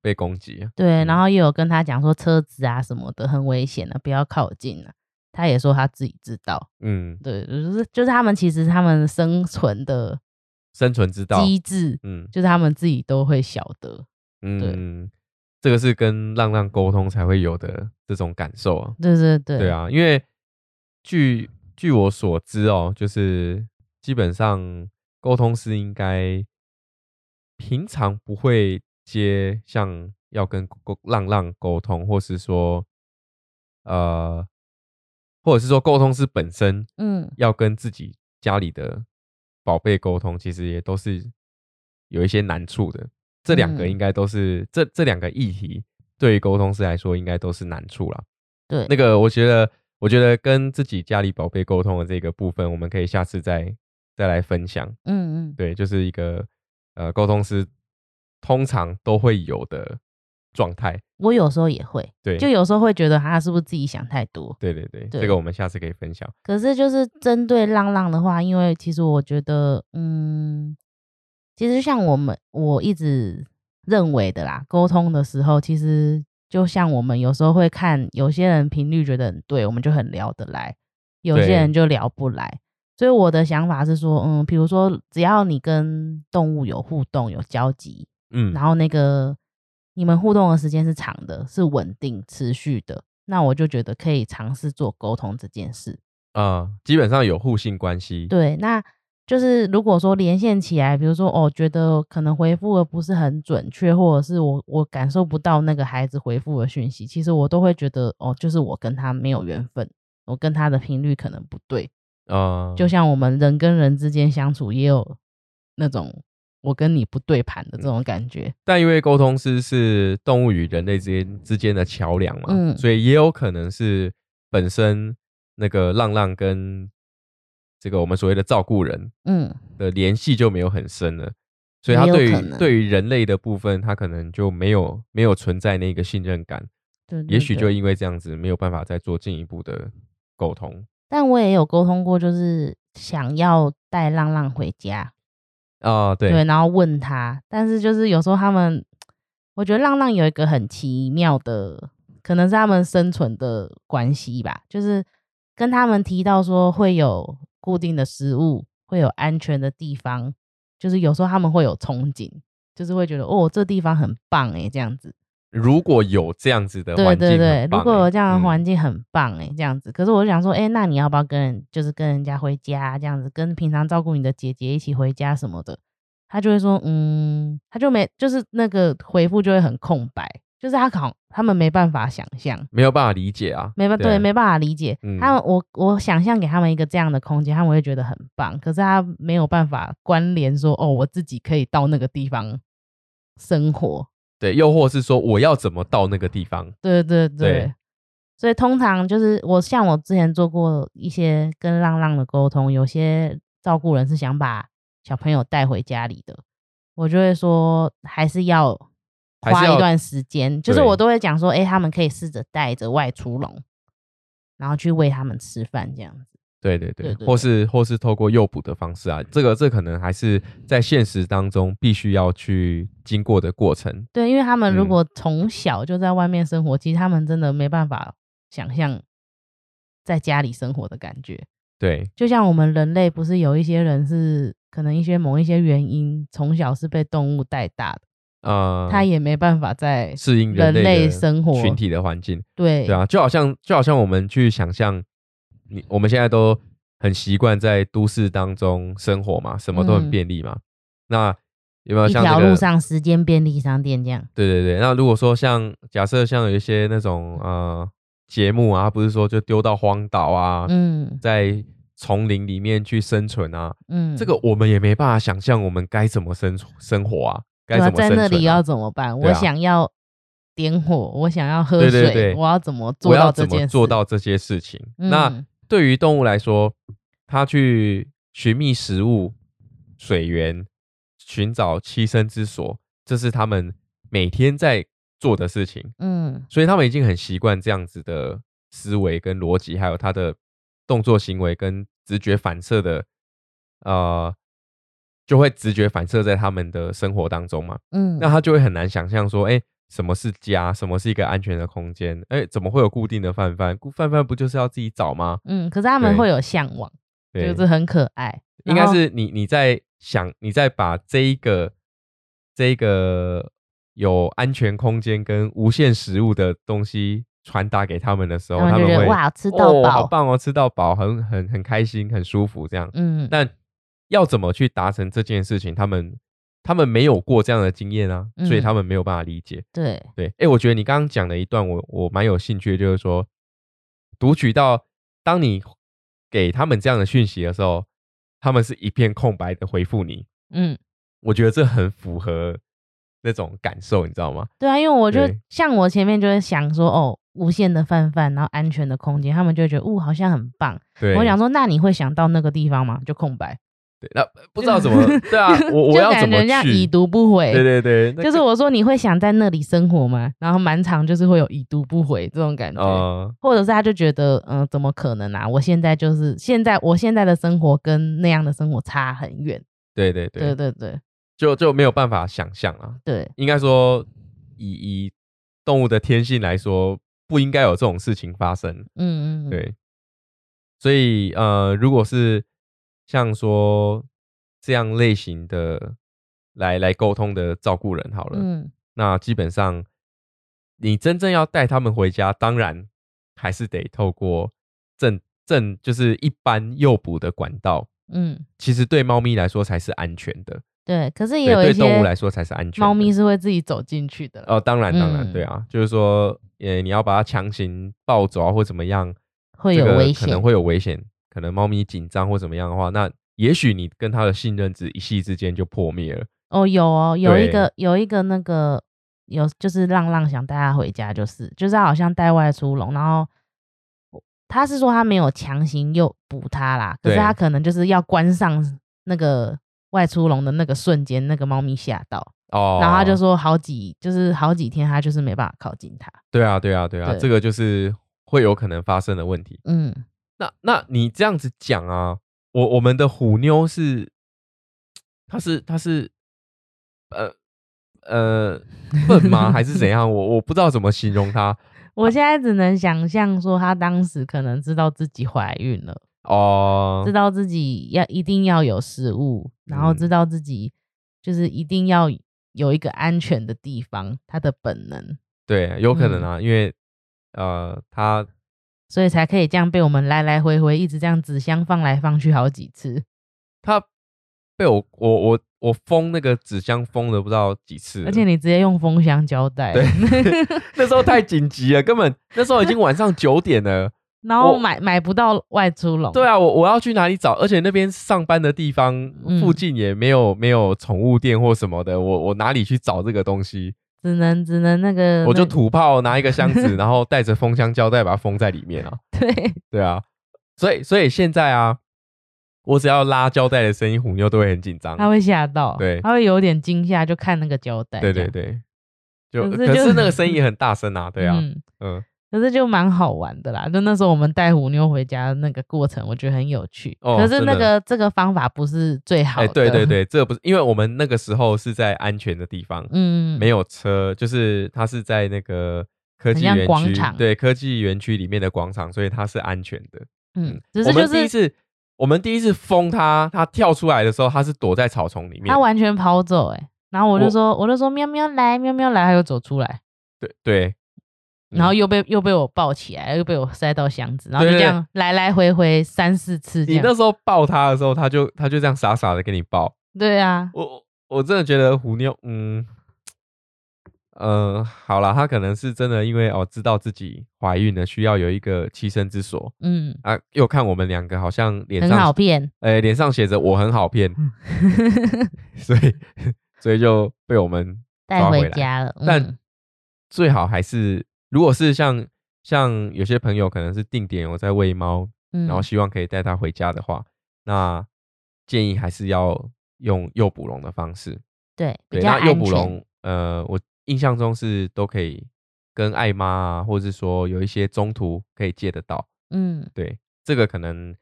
A: 被攻击。
B: 对，
A: 嗯
B: 然后也有跟他讲说车子啊什么的很危险的、不要靠近啊。他也说他自己知道，
A: 嗯，
B: 对，就是就是他们其实他们生存的
A: 生存之道。
B: 机制，
A: 嗯
B: 就是他们自己都会晓得。
A: 嗯，这个是跟浪浪沟通才会有的这种感受啊。
B: 对对对，
A: 对，啊，因为据据我所知哦，就是基本上沟通师应该平常不会接像要跟沟浪浪沟通，或是说呃，或者是说沟通师本身
B: 嗯，
A: 要跟自己家里的宝贝沟通，其实也都是有一些难处的。这两个
B: 嗯
A: 应该都是、这这两个议题，对于沟通师来说应该都是难处啦。
B: 对
A: 那个我觉得，我觉得跟自己家里宝贝沟通的这个部分，我们可以下次再再来分享。
B: 嗯嗯，
A: 对，就是一个呃，沟通师通常都会有的状态。
B: 我有时候也会，
A: 对，
B: 就有时候会觉得他是不是自己想太多。
A: 对对对，这
B: 对
A: 个我们下次可以分享。
B: 可是就是针对浪浪的话，因为其实我觉得，嗯，其实像我们我一直认为的啦，沟通的时候，其实就像我们有时候会看有些人频率觉得很对，我们就很聊得来；有些
A: 对
B: 人就聊不来。所以我的想法是说，嗯，比如说只要你跟动物有互动、有交集，
A: 嗯，
B: 然后那个你们互动的时间是长的，是稳定持续的，那我就觉得可以尝试做沟通这件事。
A: 啊、基本上有互信关系。
B: 对，那就是如果说连线起来，比如说哦，觉得可能回复的不是很准确，或者是我我感受不到那个孩子回复的讯息，其实我都会觉得哦，就是我跟他没有缘分，我跟他的频率可能不对。
A: 啊、
B: 就像我们人跟人之间相处，也有那种我跟你不对盘
A: 嗯
B: 的这种感觉。
A: 但因为沟通师是动物与人类之间之间的桥梁嘛，
B: 嗯
A: 所以也有可能是本身那个浪浪跟这个我们所谓的照顾人
B: 嗯，
A: 的联系就没有很深了，所以他
B: 也有
A: 对
B: 可
A: 于
B: 能
A: 对于人类的部分，他可能就没有没有存在那个信任感，
B: 对对
A: 也许就
B: 嗯对
A: 因为这样子没有办法再做进一步的沟通
B: 但我也有沟通过，就是想要带浪浪回家，
A: 啊、对，
B: 对，然后问他，但是就是有时候他们，我觉得浪浪有一个很奇妙的，可能是他们生存的关系吧，就是跟他们提到说会有固定的食物，会有安全的地方，就是有时候他们会有憧憬，就是会觉得哦，这地方很棒诶、这样子。
A: 如果有这样子的
B: 对
A: 环境
B: 对
A: 很棒
B: 对
A: 欸，，
B: 如果有这样的
A: 嗯
B: 环境很棒哎、这样子。可是我就想说，哎、那你要不要跟人，就是跟人家回家这样子，跟平常照顾你的姐姐一起回家什么的？他就会说，嗯，他就没，就是那个回复就会很空白，就是他好，他们没办法想象，
A: 没有办法理解啊，
B: 没办对，没办法理解。
A: 嗯
B: 他们我我想象给他们一个这样的空间，他们会觉得很棒。可是他没有办法关联说，哦，我自己可以到那个地方生活，
A: 对，又或是说我要怎么到那个地方，
B: 对对对，
A: 对
B: 所以通常就是我像我之前做过一些跟浪浪的沟通，有些照顾人是想把小朋友带回家里的，我就会说还是要
A: 还是
B: 花
A: 要
B: 一段时间，就是
A: 对
B: 我都会讲说，哎、他们可以试着带着外出笼，然后去喂他们吃饭这样子。
A: 对对对，
B: 对对
A: 或
B: 对
A: 是或是透过诱捕的方式啊，这个这可能还是在现实当中必须要去经过的过程，
B: 对，因为他们如
A: 嗯
B: 果从小就在外面生活，其实他们真的没办法想象在家里生活的感觉。
A: 对，
B: 就像我们人类，不是有一些人是可能一些某一些原因，从小是被动物带大的，
A: 呃，
B: 他也没办法在
A: 适应
B: 人
A: 类
B: 类
A: 的
B: 生活
A: 群体的环境，
B: 对
A: 对啊，就好像就好像我们去想象，你我们现在都很习惯在都市当中生活嘛，什么都很
B: 嗯
A: 便利嘛，那有没有
B: 一
A: 像
B: 条
A: 这个
B: 路上时间便利商店这样，
A: 对对对，那如果说像假设像有一些那种呃节目啊，它不是说就丢到荒岛啊，
B: 嗯
A: 在丛林里面去生存啊，
B: 嗯，
A: 这个我们也没办法想象我们该怎么生存生活啊，该
B: 对啊，
A: 怎么
B: 在
A: 生存、
B: 那
A: 啊。
B: 里要怎么办？
A: 对
B: 我
A: 啊
B: 想要点火，我想要喝
A: 对
B: 水，
A: 对对
B: 我要怎么
A: 我
B: 做
A: 要
B: 到这
A: 怎
B: 件
A: 么
B: 事？
A: 做到这些事情？那
B: 嗯
A: 对于动物来说，它去寻觅食物、水源，寻找栖身之所，这是它们每天在做的事情。
B: 嗯
A: 所以他们已经很习惯这样子的思维跟逻辑，还有他的动作行为跟直觉反射的，呃，就会直觉反射在他们的生活当中嘛。
B: 嗯，
A: 那他就会很难想象说，哎、什么是家？什么是一个安全的空间？哎、怎么会有固定的饭饭？固饭饭不就是要自己找吗？
B: 嗯，可是他们
A: 对
B: 会有向往，
A: 对，
B: 就是很可爱。
A: 应
B: 然
A: 该
B: 后
A: 是你你在想，你在把这一个这一个有安全空间跟无限食物的东西传达给他们的时候，
B: 他
A: 哦他
B: 们就觉
A: 会
B: 得哇，吃到
A: 哦，
B: 饱，
A: 好棒哦，吃到饱，很很很开心，很舒服这样。
B: 嗯，
A: 但要怎么去达成这件事情，他们他们没有过这样的经验啊，所以
B: 嗯
A: 他们没有办法理解。
B: 对，
A: 对，哎，我觉得你刚刚讲的一段我，我蛮有兴趣的，就是说，读取到当你给他们这样的讯息的时候，他们是一片空白的回复你。
B: 嗯。
A: 我觉得这很符合那种感受，你知道吗？
B: 对啊，因为我就
A: 对
B: 像我前面就会想说，哦，无限的泛泛，然后安全的空间，他们就会觉得，哦呜、好像很棒。
A: 对，
B: 我想说，那你会想到那个地方吗？就空白，
A: 对，那不知道怎么，对啊，我我
B: 就
A: 要
B: 感
A: 怎么
B: 觉像已
A: 去？
B: 读不回。
A: 对对对，那
B: 就是
A: 个
B: 我说你会想在那里生活吗？然后满场就是会有已读不回这种感觉，
A: 呃，
B: 或者是他就觉得，嗯、怎么可能啊？我现在就是现在，我现在的生活跟那样的生活差很远。
A: 对对对，
B: 对对对
A: 就就没有办法想象啊。
B: 对，
A: 应该说，以以动物的天性来说，不应该有这种事情发生。
B: 嗯嗯，嗯，
A: 对，所以呃，如果是像说这样类型的来来沟通的照顾人好了，
B: 嗯，
A: 那基本上你真正要带他们回家，当然还是得透过正正就是一般诱捕的管道。
B: 嗯，
A: 其实对猫咪来说才是安全的，
B: 对。可是
A: 对
B: 也有一
A: 对
B: 些
A: 动物来说才是安全的。
B: 猫咪是会自己走进去的啦。
A: 哦，当然当然，
B: 嗯
A: 对啊，就是说，呃，你要把它强行抱走啊，或怎么样，
B: 会
A: 这
B: 有
A: 个
B: 危
A: 可能
B: 险。
A: 会有危险，可能猫咪紧张或怎么样的话，那也许你跟它的信任值一夕之间就破灭了。
B: 哦，有哦，有一
A: 对
B: 个有一个那个有就是浪浪想带他回家，就是就是他好像带外出笼，然后他是说他没有强行诱捕他啦，可是
A: 对
B: 他可能就是要关上那个外出笼的那个瞬间，那个猫咪吓到，
A: 哦，
B: 然后他就说好几就是好几天，他就是没办法靠近它。
A: 对啊，对啊，对啊，
B: 对
A: 这个就是会有可能发生的问题。
B: 嗯，
A: 那那你这样子讲啊，我我们的虎妞是，她是她是，呃呃，笨吗？还是怎样？我我不知道怎么形容她
B: 我现在只能想象说，他当时可能知道自己怀孕了，
A: 哦
B: 知。道自己要一定要有食物，然后
A: 嗯
B: 知道自己就是一定要有一个安全的地方，他的本能，
A: 对，有
B: 嗯
A: 可能啊，因为呃，她
B: 所以才可以这样被我们来来回回一直这样纸箱放来放去好几次。
A: 她被我我我我封那个纸箱封了不知道几次了，
B: 而且你直接用封箱胶带，
A: 对 那时候太紧急了，根本那时候已经晚上九点 了。
B: 然后
A: 我
B: 买买不到外出笼，
A: 对啊，我我要去哪里找？而且那边上班的地方
B: 嗯
A: 附近也没有、没有宠物店或什么的，我我哪里去找这个东西？
B: 只能只能那个，
A: 我就
B: 那
A: 土炮拿一个箱子，然后带着封箱胶带把它封在里面啊。
B: 对，
A: 对啊，所以所以现在啊，我只要拉胶带的声音，虎妞都会很紧张。
B: 他会吓到，
A: 对
B: 他会有点惊吓，就看那个胶带这
A: 对
B: 样，
A: 对对，就
B: 可
A: 可
B: 是
A: 是
B: 就
A: 那个声音也很大声啊。对啊，
B: 嗯
A: 嗯
B: 可是就蛮好玩的啦，就那时候我们带虎妞回家的那个过程，我觉得很有趣。
A: 哦
B: 可是那
A: 真
B: 个这个方法不是最好
A: 哎、
B: 的。
A: 对对，对，这不是因为我们那个时候是在安全的地方，
B: 嗯，
A: 没有车，就是它是在那个科技
B: 很
A: 园
B: 像
A: 区，
B: 广场
A: 对科技园区里面的广场，所以它是安全的。
B: 嗯，只
A: 我
B: 是
A: 们
B: 就
A: 第一
B: 是
A: 次，我们第一次封它，它跳出来的时候，它是躲在草丛里面
B: 他。完全跑走哎、欸然后我就
A: 我
B: 说，我就说喵喵来，喵喵来，他又走出来，
A: 对对嗯
B: 然后又被又被我抱起来，又被我塞到箱子，然后就
A: 对
B: 这
A: 对对
B: 样来来回回三四次这
A: 你
B: 样。
A: 那时候抱它的时候，它就它就这样傻傻的给你抱。
B: 对啊，
A: 我我真的觉得虎妞，嗯。呃，好啦，它可能是真的，因为哦，知道自己怀孕了，需要有一个栖身之所
B: 嗯，
A: 啊。又看我们两个好像脸
B: 很
A: 上
B: 好骗。
A: 呃，脸上写着我很好骗，
B: 嗯
A: 所以 所以就被我们
B: 带
A: 抓回
B: 回
A: 来
B: 家了，
A: 但
B: 嗯、
A: 最好还是，如果是像像有些朋友可能是定点有在喂猫，
B: 嗯
A: 然后希望可以带它回家的话，那建议还是要用诱捕笼的方式。
B: 对比
A: 对，
B: 较
A: 那诱
B: 安
A: 捕
B: 全，
A: 笼，呃，我印象中是都可以跟爱妈啊，或者是说有一些中途可以借得到。
B: 嗯，
A: 对，这个可能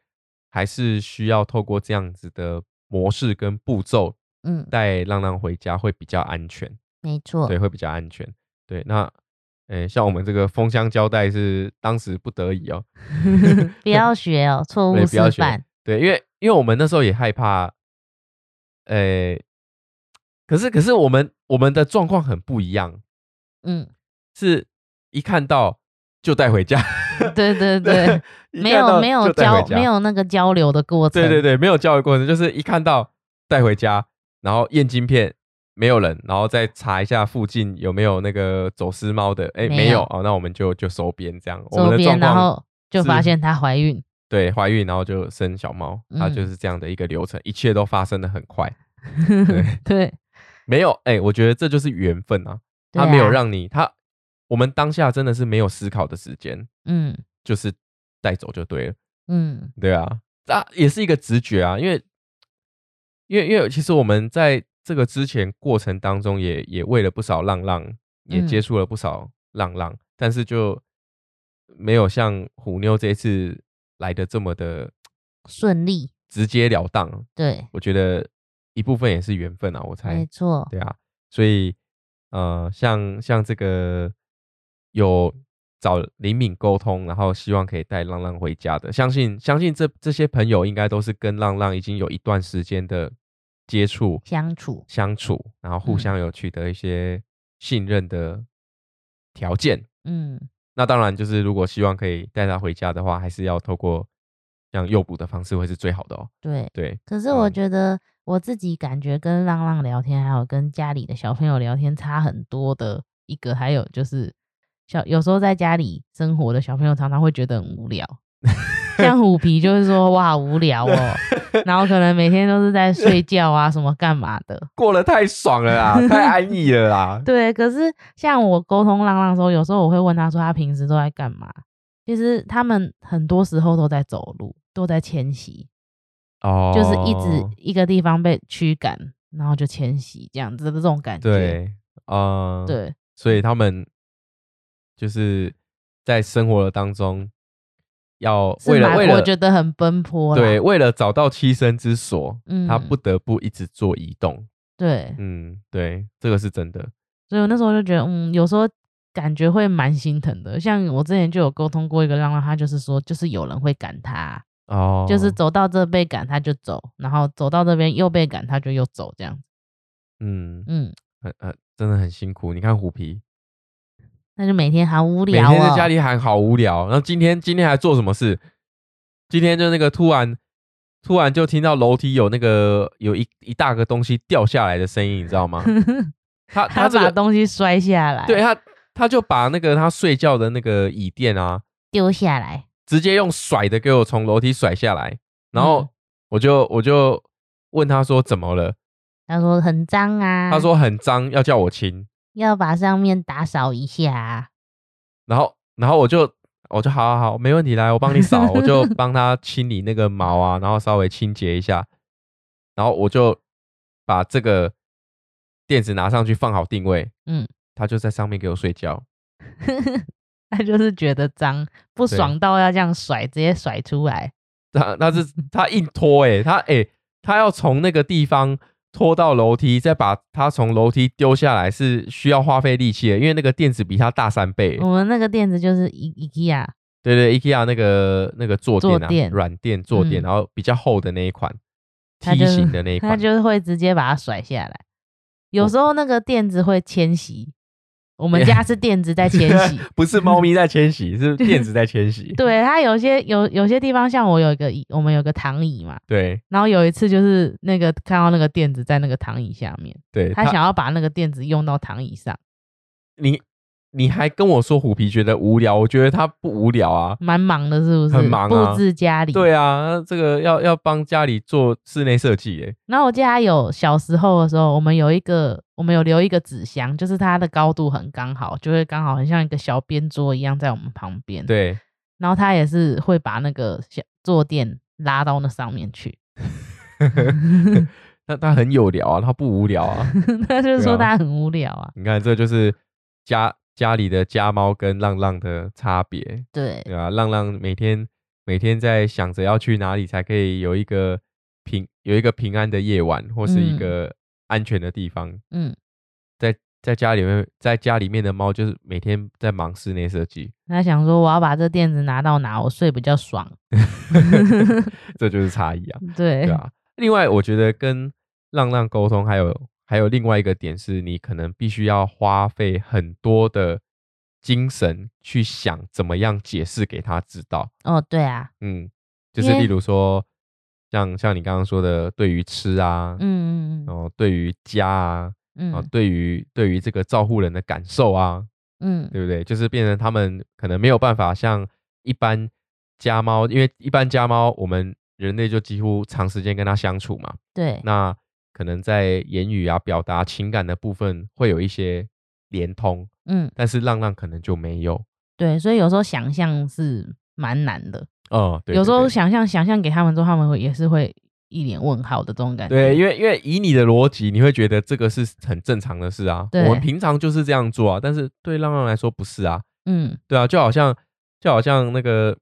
A: 还是需要透过这样子的模式跟步骤
B: 嗯，
A: 带浪浪回家会比较安全，
B: 没错，
A: 对，会比较安全。对，那呃，像我们这个封箱胶带是当时不得已哦，
B: 不要学哦，错误
A: 对不要
B: 示
A: 学
B: 范。
A: 对，因为因为我们那时候也害怕，呃，可是可是我们我们的状况很不一样，
B: 嗯，
A: 是一看到就带回家，
B: 对对对，
A: 一
B: 没
A: 看
B: 有
A: 到
B: 没有
A: 就带回
B: 交
A: 家
B: 没有那个交流的过程。
A: 对对对，没有教育过程，就是一看到带回家，然后验晶片没有人，然后再查一下附近有没有那个走私猫的，哎，
B: 没
A: 没有
B: 有
A: 哦，那我们就就收编这样。我
B: 周
A: 们的状
B: 边然
A: 况
B: 后就是发现她怀孕，
A: 对怀孕，然后就生小猫，它就
B: 嗯
A: 是这样的一个流程，一切都发生的很快。 对，
B: 对，
A: 没有哎，我觉得这就是缘分啊，
B: 对
A: 它没有
B: 啊
A: 让你，它我们当下真的是没有思考的时间，
B: 嗯
A: 就是带走就对了。
B: 嗯
A: 对啊，啊，也是一个直觉啊，因为，因为，因为其实我们在这个之前过程当中也，也喂了不少浪浪，也
B: 嗯
A: 接触了不少浪浪，但是就没有像虎妞这一次来的这么的
B: 顺利，
A: 直截了当。
B: 对，
A: 我觉得一部分也是缘分啊，我猜。
B: 没错，
A: 对啊，所以呃，像像这个有找灵敏沟通，然后希望可以带浪浪回家的，相信相信这这些朋友应该都是跟浪浪已经有一段时间的接触
B: 相处，
A: 相处，然后互
B: 嗯
A: 相有取得一些信任的条件。
B: 嗯
A: 那当然，就是如果希望可以带他回家的话，还是要透过像诱捕的方式会是最好的哦。
B: 对。
A: 对，
B: 可是我
A: 嗯
B: 觉得我自己感觉跟浪浪聊天，还有跟家里的小朋友聊天差很多的一个，还有就是小有时候在家里生活的小朋友常常会觉得很无聊，像虎皮就是说哇无聊哦，然后可能每天都是在睡觉啊什么干嘛的，
A: 过得太爽了啦，太安逸了啦。
B: 对，可是像我沟通浪浪的时候，有时候我会问他说他平时都在干嘛。其实他们很多时候都在走路，都在迁徙，
A: 哦，
B: 就是一直一个地方被驱赶，然后就迁徙这样子的这种感觉。
A: 对啊、呃，，
B: 对
A: 所以他们就是在生活的当中，要
B: 是
A: 为了
B: 蛮
A: 为了
B: 我觉得很奔波啦。
A: 对，为了找到栖身之所，他
B: 嗯
A: 不得不一直做移动。
B: 对，
A: 嗯，对，这个是真的。
B: 所以我那时候就觉得，嗯，有时候感觉会蛮心疼的。像我之前就有沟通过一个浪浪，他就是说，就是有人会赶他，
A: 哦，
B: 就是走到这被赶他就走，然后走到这边又被赶他就又走这样子。
A: 嗯，
B: 嗯，
A: 很很真的很辛苦。你看虎皮
B: 那就每天好无
A: 每
B: 聊
A: 天在
B: 哦。
A: 家里喊好无聊，然后今天今天还做什么事？今天就那个突然突然就听到楼梯有那个有一一大个东西掉下来的声音，你知道 吗？他
B: 他
A: 这
B: 把
A: 个
B: 东西摔下来，
A: 对，他他就把那个他睡觉的那个椅垫啊，
B: 丢下来，
A: 直接用甩的给我从楼梯甩下来，然后
B: 嗯
A: 我就我就问他说怎么了，
B: 他说很脏啊，
A: 他说很脏，要叫我亲，
B: 要把上面打扫一下、啊。
A: 然后然后我就我就好好好，没问题，来我帮你扫，我 就帮他清理那个毛啊，然后稍微清洁一下，然后我就把这个垫子拿上去放好定位，
B: 嗯，
A: 他就在上面给我睡觉，
B: 他就是觉得脏，不
A: 对
B: 爽到要这样甩，直接甩出来。
A: 他他是他硬拖诶、欸，他诶、欸他要从那个地方拖到楼梯，再把他从楼梯丢下来是需要花费力气的，因为那个垫子比他大三倍欸、
B: 我们那个店子就是 I IKEA，
A: 对对，IKEA 那个那个坐垫
B: 坐
A: 啊，
B: 垫
A: 软垫坐垫，
B: 嗯
A: 然后比较厚的那一款，
B: 它
A: 梯
B: 就
A: 形的那一
B: 他
A: 款，
B: 就会直接把它甩下来。有
A: 我。
B: 时候那个垫子会迁徙，我们家是垫子在迁徙
A: 不是猫咪在迁徙，是垫子在迁徙。
B: 对，它有些有有些地方，像我有一个椅，我们有个躺椅嘛，
A: 对
B: 然后有一次就是那个看到那个垫子在那个躺椅下面，
A: 对，
B: 他
A: 它
B: 想要把那个垫子用到躺椅上，
A: 你你还跟我说虎皮觉得无聊，我觉得它不无聊啊。
B: 蛮忙的，是不是？
A: 很忙啊
B: 布置家里。
A: 对啊，这个要要帮家里做室内设计欸诶。
B: 然后我记得他有小时候的时候，我们有一个，我们有留一个纸箱，就是它的高度很刚好，就会刚好很像一个小边桌一样在我们旁边。。
A: 对，
B: 然后他也是会把那个小坐垫拉到那上面 去，
A: 那他很有聊啊，他不无聊啊。
B: 他就
A: 对
B: 说
A: 啊
B: 他很无聊啊。
A: 你看，这就是家家里的家猫跟浪浪的差别，
B: 对
A: 对吧、浪浪每天每天在想着要去哪里才可以有一个平有一个平安的夜晚，或是一
B: 嗯
A: 个安全的地方。
B: 嗯，
A: 在在家里面，在家里面的猫就是每天在忙室内设计，
B: 他想说我要把这垫子拿到哪，我睡比较爽。
A: 这就是差异啊，
B: 对
A: 对啊。另外，我觉得跟浪浪沟通还有还有另外一个点是，你可能必须要花费很多的精神去想怎么样解释给他知道。
B: 哦，对啊，
A: 嗯，就是
B: 因为
A: 例如说，像像你刚刚说的，对于吃啊，
B: 嗯
A: 然后对于家啊，
B: 嗯
A: 然后
B: 嗯
A: 对于对于这个照护人的感受啊，
B: 嗯
A: 对不对？就是变成他们可能没有办法像一般家猫，因为一般家猫我们人类就几乎长时间跟它相处嘛，
B: 对，
A: 那可能在言语啊、表达情感的部分会有一些连通，
B: 嗯
A: 但是浪浪可能就没有。
B: 对，所以有时候想象是蛮难的。
A: 哦、对，
B: 有时候
A: 对
B: 想象想象给他们之后，他们会也是会一脸问号的这种感觉。
A: 对，因为因为以你的逻辑，你会觉得这个是很正常的事啊，我们
B: 对
A: 平常就是这样做啊，但是对浪浪来说不是啊，
B: 嗯，
A: 对啊，就好像就好像那个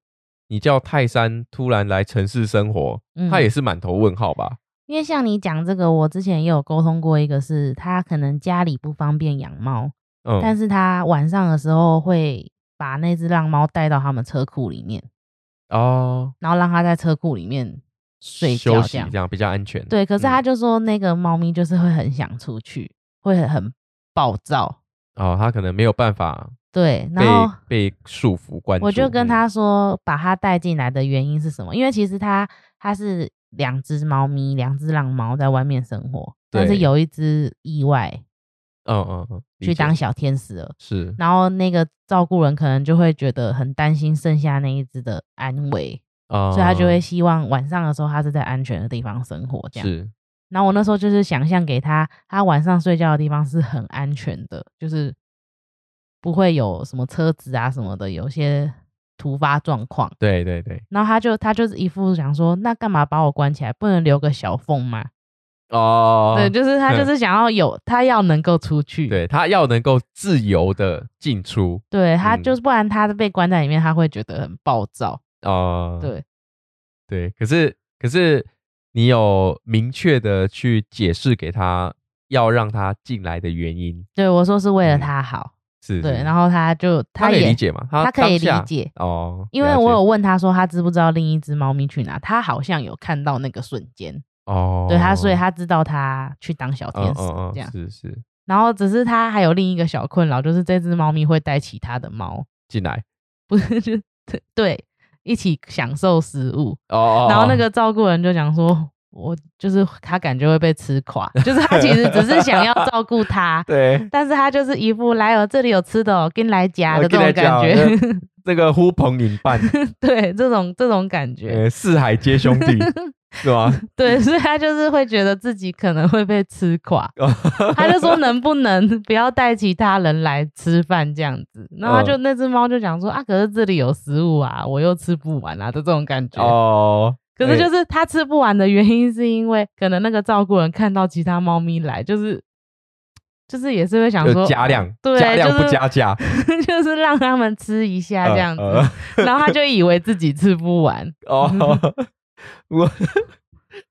A: 你叫泰山突然来城市生活，
B: 嗯
A: 他也是满头问号吧？
B: 因为像你讲这个，我之前也有沟通过，一个是他可能家里不方便养猫，
A: 嗯，
B: 但是他晚上的时候会把那只浪猫带到他们车库里面，
A: 哦，
B: 然后让它在车库里面睡
A: 休
B: 觉
A: 息
B: 这样。
A: 这样比较安全。
B: 对，可是
A: 嗯
B: 他就说那个猫咪就是会很想出去，会很很暴躁。
A: 哦，他可能没有办法
B: 对，
A: 被
B: 然后
A: 被束缚关注。
B: 我就跟
A: 嗯
B: 他说，把他带进来的原因是什么？因为其实他他是两只猫咪，两只浪猫在外面生活，但是
A: 对
B: 有一只意外
A: 嗯嗯嗯，理
B: 去
A: 解
B: 当小天使了。
A: 是
B: 然后那个照顾人可能就会觉得很担心剩下那一只的安危，
A: 啊，
B: 所以他就会希望晚上的时候他是在安全的地方生活这样。
A: 是
B: 然后我那时候就是想象给他，他晚上睡觉的地方是很安全的，就是不会有什么车子啊什么的，有些突发状况，
A: 对对对，
B: 然后他就他就是一副想说，那干嘛把我关起来？不能留个小缝吗？
A: 哦，
B: 对，就是他就是想要有，他要能够出去，
A: 对他要能够自由的进出
B: 对他
A: 嗯
B: 就是不然他被关在里面，他会觉得很暴躁。
A: 哦，
B: 对，
A: 对，可是可是你有明确的去解释给他要让他进来的原因
B: 对我说是为了
A: 嗯
B: 他好，
A: 是
B: 对，然
A: 后
B: 后他就
A: 他可以
B: 也
A: 理解嘛，
B: 他可
A: 当
B: 以
A: 下
B: 理解，
A: 哦，
B: 因
A: 了
B: 为我
A: 解
B: 有问他说他知不知道另一只猫咪去哪，他好像有看到那个瞬间，
A: 哦，
B: 对他，所以他知道他去当小天
A: 嗯
B: 使
A: 嗯嗯
B: 这样，
A: 是是
B: 然后只是他还有另一个小困扰，就是这只猫咪会带其他的猫，
A: 进来
B: 不是 就对一起享受食物，
A: 哦哦，
B: 然后
A: 哦，
B: 那个照顾人就讲说。我就是他，感觉会被吃垮，就是他其实只是想要照顾他
A: 对
B: 但是他就是一副来哦，这里有吃的哦，跟来夹
A: 呃
B: 的这
A: 跟来
B: 种
A: 夹
B: 感
A: 哦
B: 觉，
A: 这个呼朋引伴，
B: 对，这种这种感觉，
A: 呃，四海皆兄 弟是吧？
B: 对，所以他就是会觉得自己可能会被吃垮，他 就说能不能不要带其他人来吃饭这样子，然后他
A: 嗯
B: 就那只猫就讲说啊，可是这里有食物啊，我又吃不完啊，就这种感觉。
A: 哦，
B: 可是
A: 哎
B: 就是他吃不完的原因，是因为可能那个照顾人看到其他猫咪来，就是就是也是会想
A: 就
B: 说
A: 加量，
B: 对
A: 加量
B: 就是
A: 不加价，
B: 就是让他们吃一下这样子，
A: 呃呃
B: 然后他就以为自己吃不完。
A: 哦，我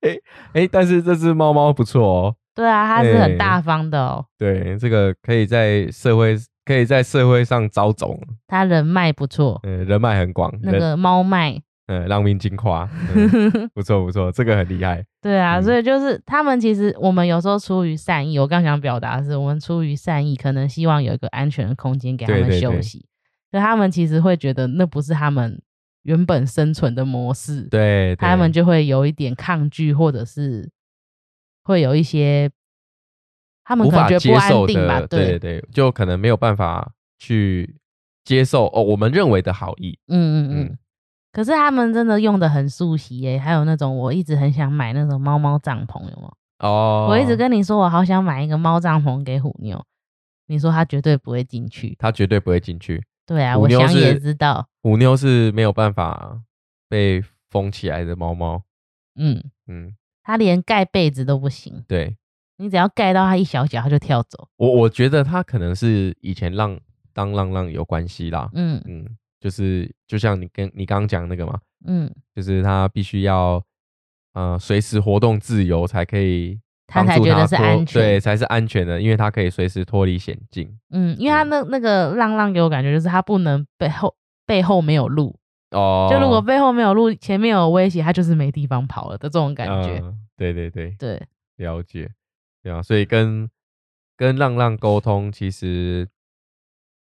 A: 哎哎，但是这只猫猫不错哦，
B: 对啊，他是
A: 哎
B: 很大方的哦，
A: 对，这个可以在社会可以在社会上招总，
B: 他人脉不错，
A: 嗯、人脉很广，
B: 那
A: 人
B: 个猫脉。
A: 呃让命进 化，嗯不错不错，这个很厉害，
B: 对啊，
A: 嗯
B: 所以就是他们其实我们有时候出于善意，我刚想表达的是，我们出于善意，可能希望有一个安全的空间给他
A: 对
B: 们
A: 对
B: 休
A: 对
B: 息，可他们其实会觉得那不是他们原本生存的模式，
A: 对，对
B: 他们就会有一点抗拒，或者是会有一些他们
A: 无
B: 可能
A: 法
B: 觉得
A: 接
B: 不
A: 受
B: 安定吧
A: 的，，对对对，就可能没有办法去接受哦，我们认为的好意，
B: 嗯嗯
A: 嗯
B: 嗯。可是他们真的用的很熟悉耶、还有那种我一直很想买那种猫猫帐篷，有没有？
A: 哦，
B: 我一直跟你说，我好想买一个猫帐篷给虎妞，你说它绝对不会进去。
A: 他绝对不会进去，
B: 对啊，
A: 虎
B: 我
A: 妞
B: 想
A: 是
B: 也知道，
A: 虎妞是没有办法被封起来的猫猫，
B: 嗯，
A: 嗯，
B: 它连盖被子都不行，
A: 对，
B: 你只要盖到它一小脚，它就跳走。
A: 我我觉得他可能是以前浪当浪浪有关系啦，
B: 嗯
A: 嗯，就是就像你跟你刚刚讲那个嘛，
B: 嗯，
A: 就是他必须要呃随时活动自由才可以
B: 他
A: 帮
B: 才
A: 助
B: 觉得是
A: 脱
B: 安全
A: 对，才是安全的，因为他可以随时脱离险境。
B: 嗯，因为它那那个浪浪给我感觉就是它不能背后背后没有路，
A: 哦，
B: 就如果背后没有路，前面有威胁，它就是没地方跑了的这种感觉。
A: 嗯对对对，
B: 对，
A: 了解，对啊，所以跟跟浪浪沟通，其实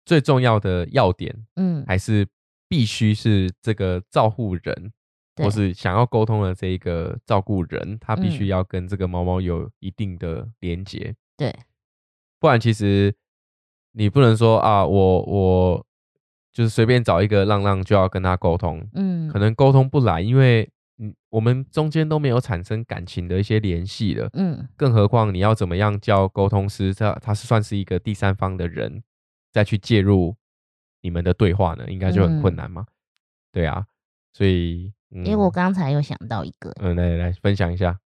A: 最重要的要点
B: 嗯，
A: 还是必须是这个照护人，
B: 对
A: 或是想要沟通的这一个照顾人，他必须
B: 嗯
A: 要跟这个猫猫有一定的连接，
B: 对，
A: 不然其实你不能说啊，我我就是随便找一个浪浪就要跟他沟通，
B: 嗯
A: 可，能沟通不来，因为嗯我们中间都没有产生感情的一些联系了，
B: 嗯，
A: 更何况你要怎么样叫沟通师，他他是算是一个第三方的人，再去介入你们的对话呢，应该就很困
B: 嗯
A: 难嘛。对啊，所以，嗯，
B: 因为我刚才又想到一个，
A: 嗯，来来来分享一下，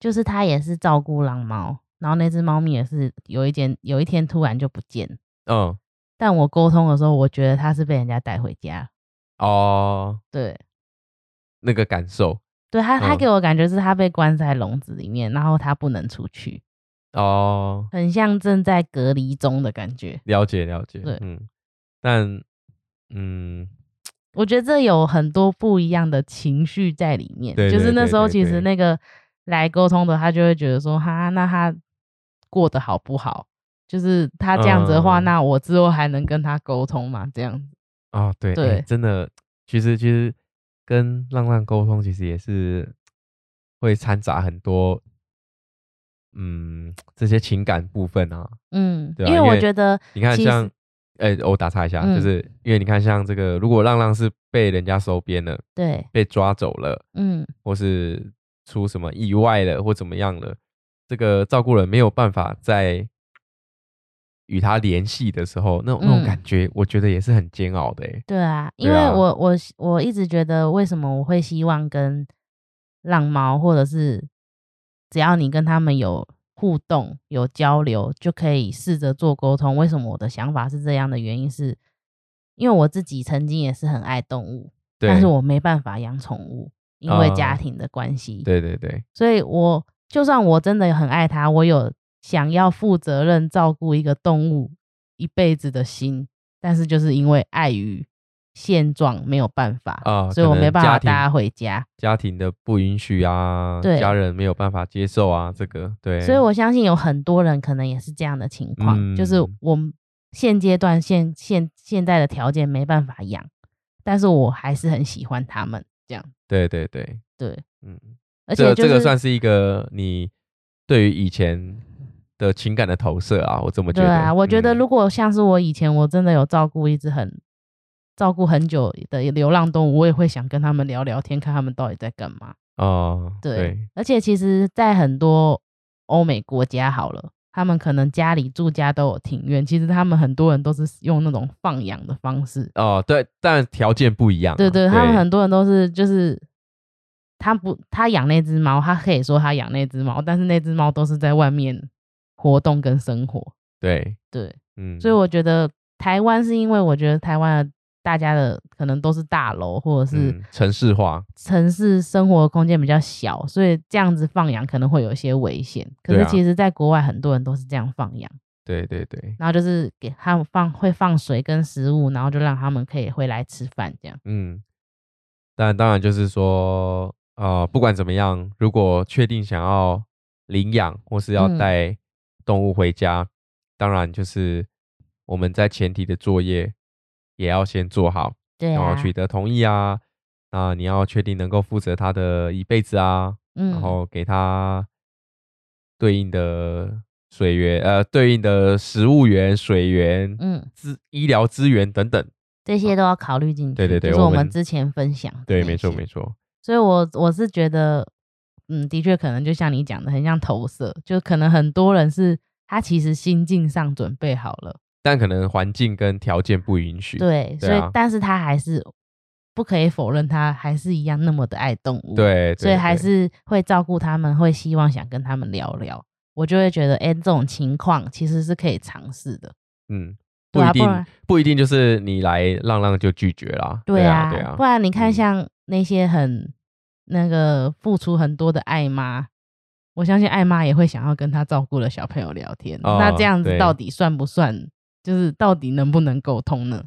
B: 就是他也是照顾狼猫，然后那只猫咪也是有一天有一天突然就不见。
A: 嗯，
B: 但我沟通的时候，我觉得它是被人家带回家。
A: 哦，
B: 对，
A: 那个感受，
B: 对，它它
A: 嗯
B: 给我感觉是它被关在笼子里面，然后它不能出去，
A: 哦，
B: 很像正在隔离中的感觉。
A: 了解了解，
B: 对
A: 嗯，但，嗯，
B: 我觉得这有很多不一样的情绪在里面。
A: 对
B: 就是
A: 对
B: 那
A: 对
B: 时候
A: 对
B: 其实
A: 对
B: 那个来沟通的，他就会觉得说，哈，那他过得好不好？就是他这样子的话，
A: 嗯
B: 那我之后还能跟他沟通吗？这样子。
A: 哦，对，哎
B: 对
A: 真的，其实其实跟浪浪沟通，其实也是会掺杂很多，嗯，这些情感部分啊。
B: 嗯，
A: 对啊
B: 因为
A: 因
B: 我
A: 为
B: 觉得
A: 你看
B: 其
A: 像，
B: 实
A: 哎、我打岔一下，就
B: 嗯
A: 是因为你看像这个，如果浪浪是被人家收编了，
B: 对，
A: 被抓走了，
B: 嗯，
A: 或是出什么意外了，或怎么样了，这个照顾人没有办法再与他联系的时候，那种那种
B: 嗯
A: 感觉，我觉得也是很煎熬的、欸。
B: 对啊，因
A: 对
B: 为
A: 啊
B: 我我我一直觉得，为什么我会希望跟浪猫，或者是只要你跟他们有互动、有交流，就可以试着做沟通。为什么我的想法是这样的原因是，因为我自己曾经也是很爱动物，
A: 对，
B: 但是我没办法养宠物，因为
A: 啊
B: 家庭的关系。
A: 对对对，
B: 所以我就算我真的很爱它，我有想要负责任照顾一个动物一辈子的心，但是就是因为碍于现状没有办法
A: 啊
B: 所以
A: 可
B: 我没
A: 能
B: 办法
A: 家庭
B: 带它回家。
A: 家庭的不允许啊，
B: 对
A: 家人没有办法接受啊，这个对，
B: 所以我相信有很多人可能也是这样的情况，就是
A: 嗯
B: 我们现阶段现现现在的条件没办法养，但是我还是很喜欢它们这样。
A: 对对对，
B: 对，
A: 嗯，
B: 而且
A: 这
B: 就
A: 个这个
B: 是
A: 算是一个你对于以前的情感的投射啊，我这么觉
B: 对
A: 得。
B: 啊，我觉得
A: 嗯
B: 如果像是我以前，我真的有照顾一只很照顾很久的流浪动物，我也会想跟他们聊聊天，看他们到底在干嘛。
A: 哦，
B: 对，
A: 对
B: 而且其实，在很多欧美国家好了，他们可能家里住家都有庭院，其实他们很多人都是用那种放养的方式。
A: 哦，对，但条件不一样啊、
B: 对对，他们很多人都是就是。他不，他养那只猫，他可以说他养那只猫，但是那只猫都是在外面活动跟生活。
A: 对，
B: 对，
A: 嗯，
B: 所以我觉得台湾是因为我觉得台湾的大家的可能都是大楼或者是
A: 嗯城市化，
B: 城市生活空间比较小，所以这样子放养可能会有一些危险。可
A: 对
B: 是
A: 啊
B: 其实在国外很多人都是这样放养，
A: 对对对，
B: 然后就是给他们放会放水跟食物，然后就让他们可以回来吃饭这样。
A: 嗯，但当然就是说，呃，不管怎么样，如果确定想要领养或是要
B: 嗯
A: 带动物回家，当然就是我们在前提的作业也要先做好，
B: 对
A: 然
B: 啊，
A: 后取得同意啊，那你要确定能够负责它的一辈子啊，然
B: 嗯，
A: 后给它对应的水源，呃，对应的食物源、水源、
B: 嗯，
A: 资医疗资源等等。
B: 这些都要考虑进去。
A: 对对对
B: 就是
A: 我
B: 我们
A: 们
B: 之前分享的
A: 对，
B: 那
A: 没错
B: 些
A: 没错，
B: 所以我我是觉得，嗯，的确可能就像你讲的，很像投射，就可能很多人是他其实心境上准备好了，
A: 但可能环境跟条件不允许。
B: 对，
A: 对
B: 所以
A: 啊
B: 但是他还是不可以否认，他还是一样那么的爱动物，，
A: 对，
B: 所以
A: 对
B: 还
A: 对
B: 是会照顾他们，会希望想跟他们聊聊。我就会觉得，哎、这种情况其实是可以尝试的。
A: 嗯，不
B: 对
A: 一
B: 啊不
A: 定、
B: 然
A: 不一定就是你来浪浪就拒绝啦。对啊，对啊
B: 不，然你看
A: 嗯
B: 像那些很、那个付出很多的爱妈，我相信爱妈也会想要跟她照顾的小朋友聊天。那
A: 哦
B: 这样子
A: 对
B: 到底算不算？就是到底能不能沟通呢？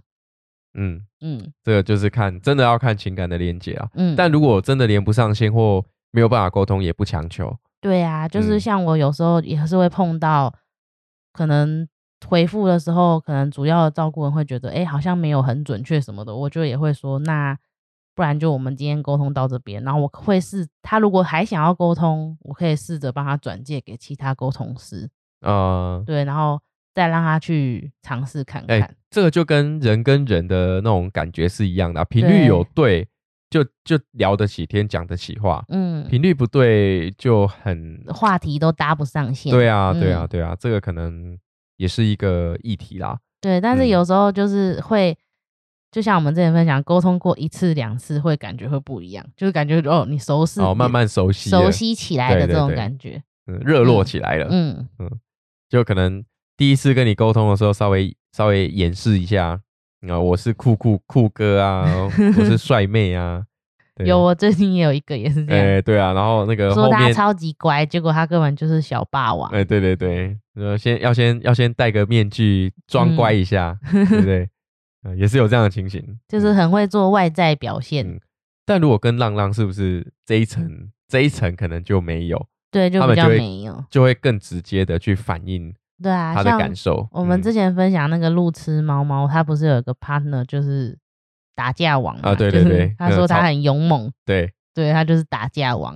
A: 嗯，
B: 嗯
A: 这个就是看真的要看情感的连接啊。
B: 嗯，
A: 但如果真的连不上线或没有办法沟通，也不强求。
B: 对啊，就是
A: 嗯
B: 像我有时候也是会碰到，可能回复的时候，可能主要的照顾人会觉得，哎、好像没有很准确什么的，我就也会说，那不然就我们今天沟通到这边，然后我会试，他如果还想要沟通，我可以试着帮他转介给其他沟通师，
A: 呃，
B: 对，然后再让他去尝试看
A: 哎、
B: 看。
A: 这个就跟人跟人的那种感觉是一样的啊、频率
B: 对
A: 有对，就就聊得起天，讲得起话；
B: 嗯，
A: 频率不对，就很
B: 话题都搭不上线。
A: 对啊，对啊，
B: 嗯
A: 对啊，这个可能也是一个议题啦。
B: 对，但
A: 嗯
B: 是有时候就是会，就像我们之前分享，沟通过一次两次，会感觉会不一样，就是感觉哦，你熟识
A: 哦，慢
B: 也
A: 慢熟悉了，
B: 熟悉起来
A: 对
B: 的
A: 对
B: 这种
A: 对
B: 感觉。
A: 嗯，热络起来了。
B: 嗯，
A: 就可能第一次跟你沟通的时候，稍微稍微掩饰一下，啊、我是酷酷酷哥 啊，我是帅妹啊，对
B: 有，，我最近也有一个也是这
A: 哎、
B: 样，
A: 对啊，然后那个
B: 说
A: 后
B: 他
A: 面，
B: 超级乖，结果他根本就是小霸王
A: 哎、。对对对，呃，先要先要先戴个面具
B: 嗯
A: 装乖一 下，对不对？呃也是有这样的情形，
B: 就是
A: 嗯
B: 很会做外在表现，
A: 嗯但如果跟浪浪是不是这一层这一层可能就没有，
B: 对，就
A: 他
B: 比
A: 们
B: 较
A: 就会
B: 没有，
A: 就会更直接的去反映
B: 对啊，
A: 他的
B: 像
A: 感受。
B: 我们
A: 嗯
B: 之前分享那个路痴猫猫，它不是有一个 partner 就是打架王嘛
A: 对
B: 就是
A: 对对
B: 他
A: 嗯
B: 说
A: 超
B: 他很勇猛，
A: 对，
B: 对他就是打 架王，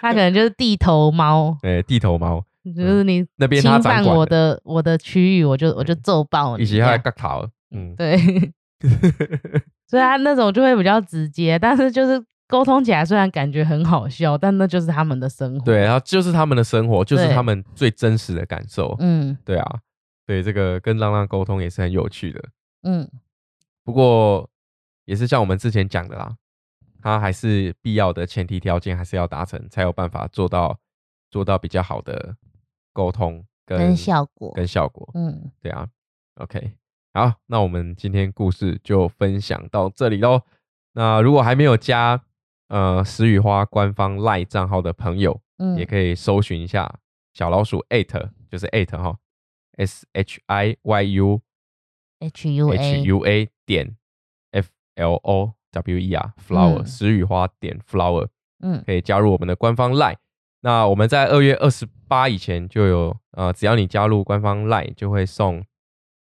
B: 他可能就是地头猫，
A: 哎、地头猫
B: 就是你
A: 那边他掌
B: 侵犯
A: 管嗯
B: 我的我的区域，我就我就揍爆你
A: 以
B: 这
A: 及他
B: 样。
A: 的头，嗯，
B: 对，所以他那种就会比较直接，但是就是沟通起来虽然感觉很好笑，但那就是他们的生活。
A: 对，，然后就是他们的生活，就是
B: 对
A: 他们最真实的感受。
B: 嗯
A: 对啊，对这个跟浪浪沟通也是很有趣的。
B: 嗯，
A: 不过也是像我们之前讲的啦，它还是必要的前提条件还是要达成，才有办法做到做到比较好的沟通跟
B: 跟效果，
A: 跟效果。
B: 嗯，
A: 对啊，OK，好，那我们今天故事就分享到这里喽。那如果还没有加呃石雨花官方 LINE 账号的朋友，
B: 嗯
A: 也可以搜寻一下小老鼠 at，就是 at 哈，s h i y u
B: H U
A: H
B: A，
A: U A 点 F L O W E R flower
B: 嗯
A: 石雨花点 flower
B: 嗯
A: 可以加入我们的官方 LINE。那我们在二月二十八以前就有呃，只要你加入官方 LINE 就会送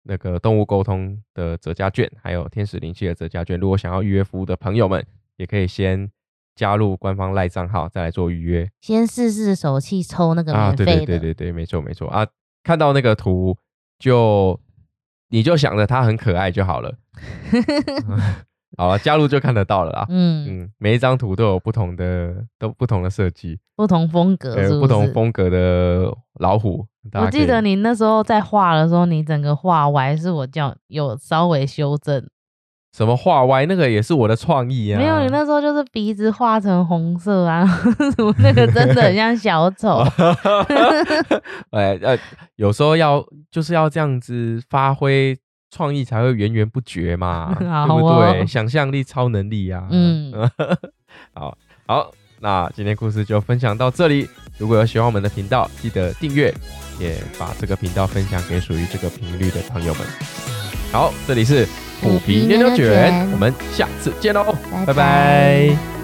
A: 那个动物沟通的折价券，还有天使灵气的折价券。如果想要预约服务的朋友们，也可以先加入官方 LINE 账号再来做预约
B: 先试试手气抽那个
A: 啊。
B: 免
A: 对
B: 费
A: 对
B: 的，
A: 对对对，没错没错啊，看到那个图就你就想着它很可爱就好 了。好了，加入就看得到了啦。
B: 嗯，
A: 嗯，每一张图都有不同的，都不同的设计，
B: 不同风格是
A: 呃，
B: 是
A: 不同。风格的老虎。大家
B: 我记
A: 可以
B: 得你那时候在画的时候，你整个画歪是我叫有稍微修正，
A: 什么画歪，那个也是我的创意啊。
B: 没有你那时候就是鼻子画成红色啊， 什么那个真的很像小丑，
A: 哦哎呃，有时候要就是要这样子发挥创意，才会源源不绝 嘛，
B: 好
A: 对不
B: 哦
A: 对？想象力、超能力啊。
B: 嗯，
A: 好好，那今天故事就分享到这里。如果有喜欢我们的频道，记得订阅，也把这个频道分享给属于这个频率的朋友们。好，这里是虎皮牛
B: 虎皮牛
A: 牛
B: 牛
A: 卷，
B: 卷
A: 我们下次见喽，哦拜
B: 拜拜
A: 拜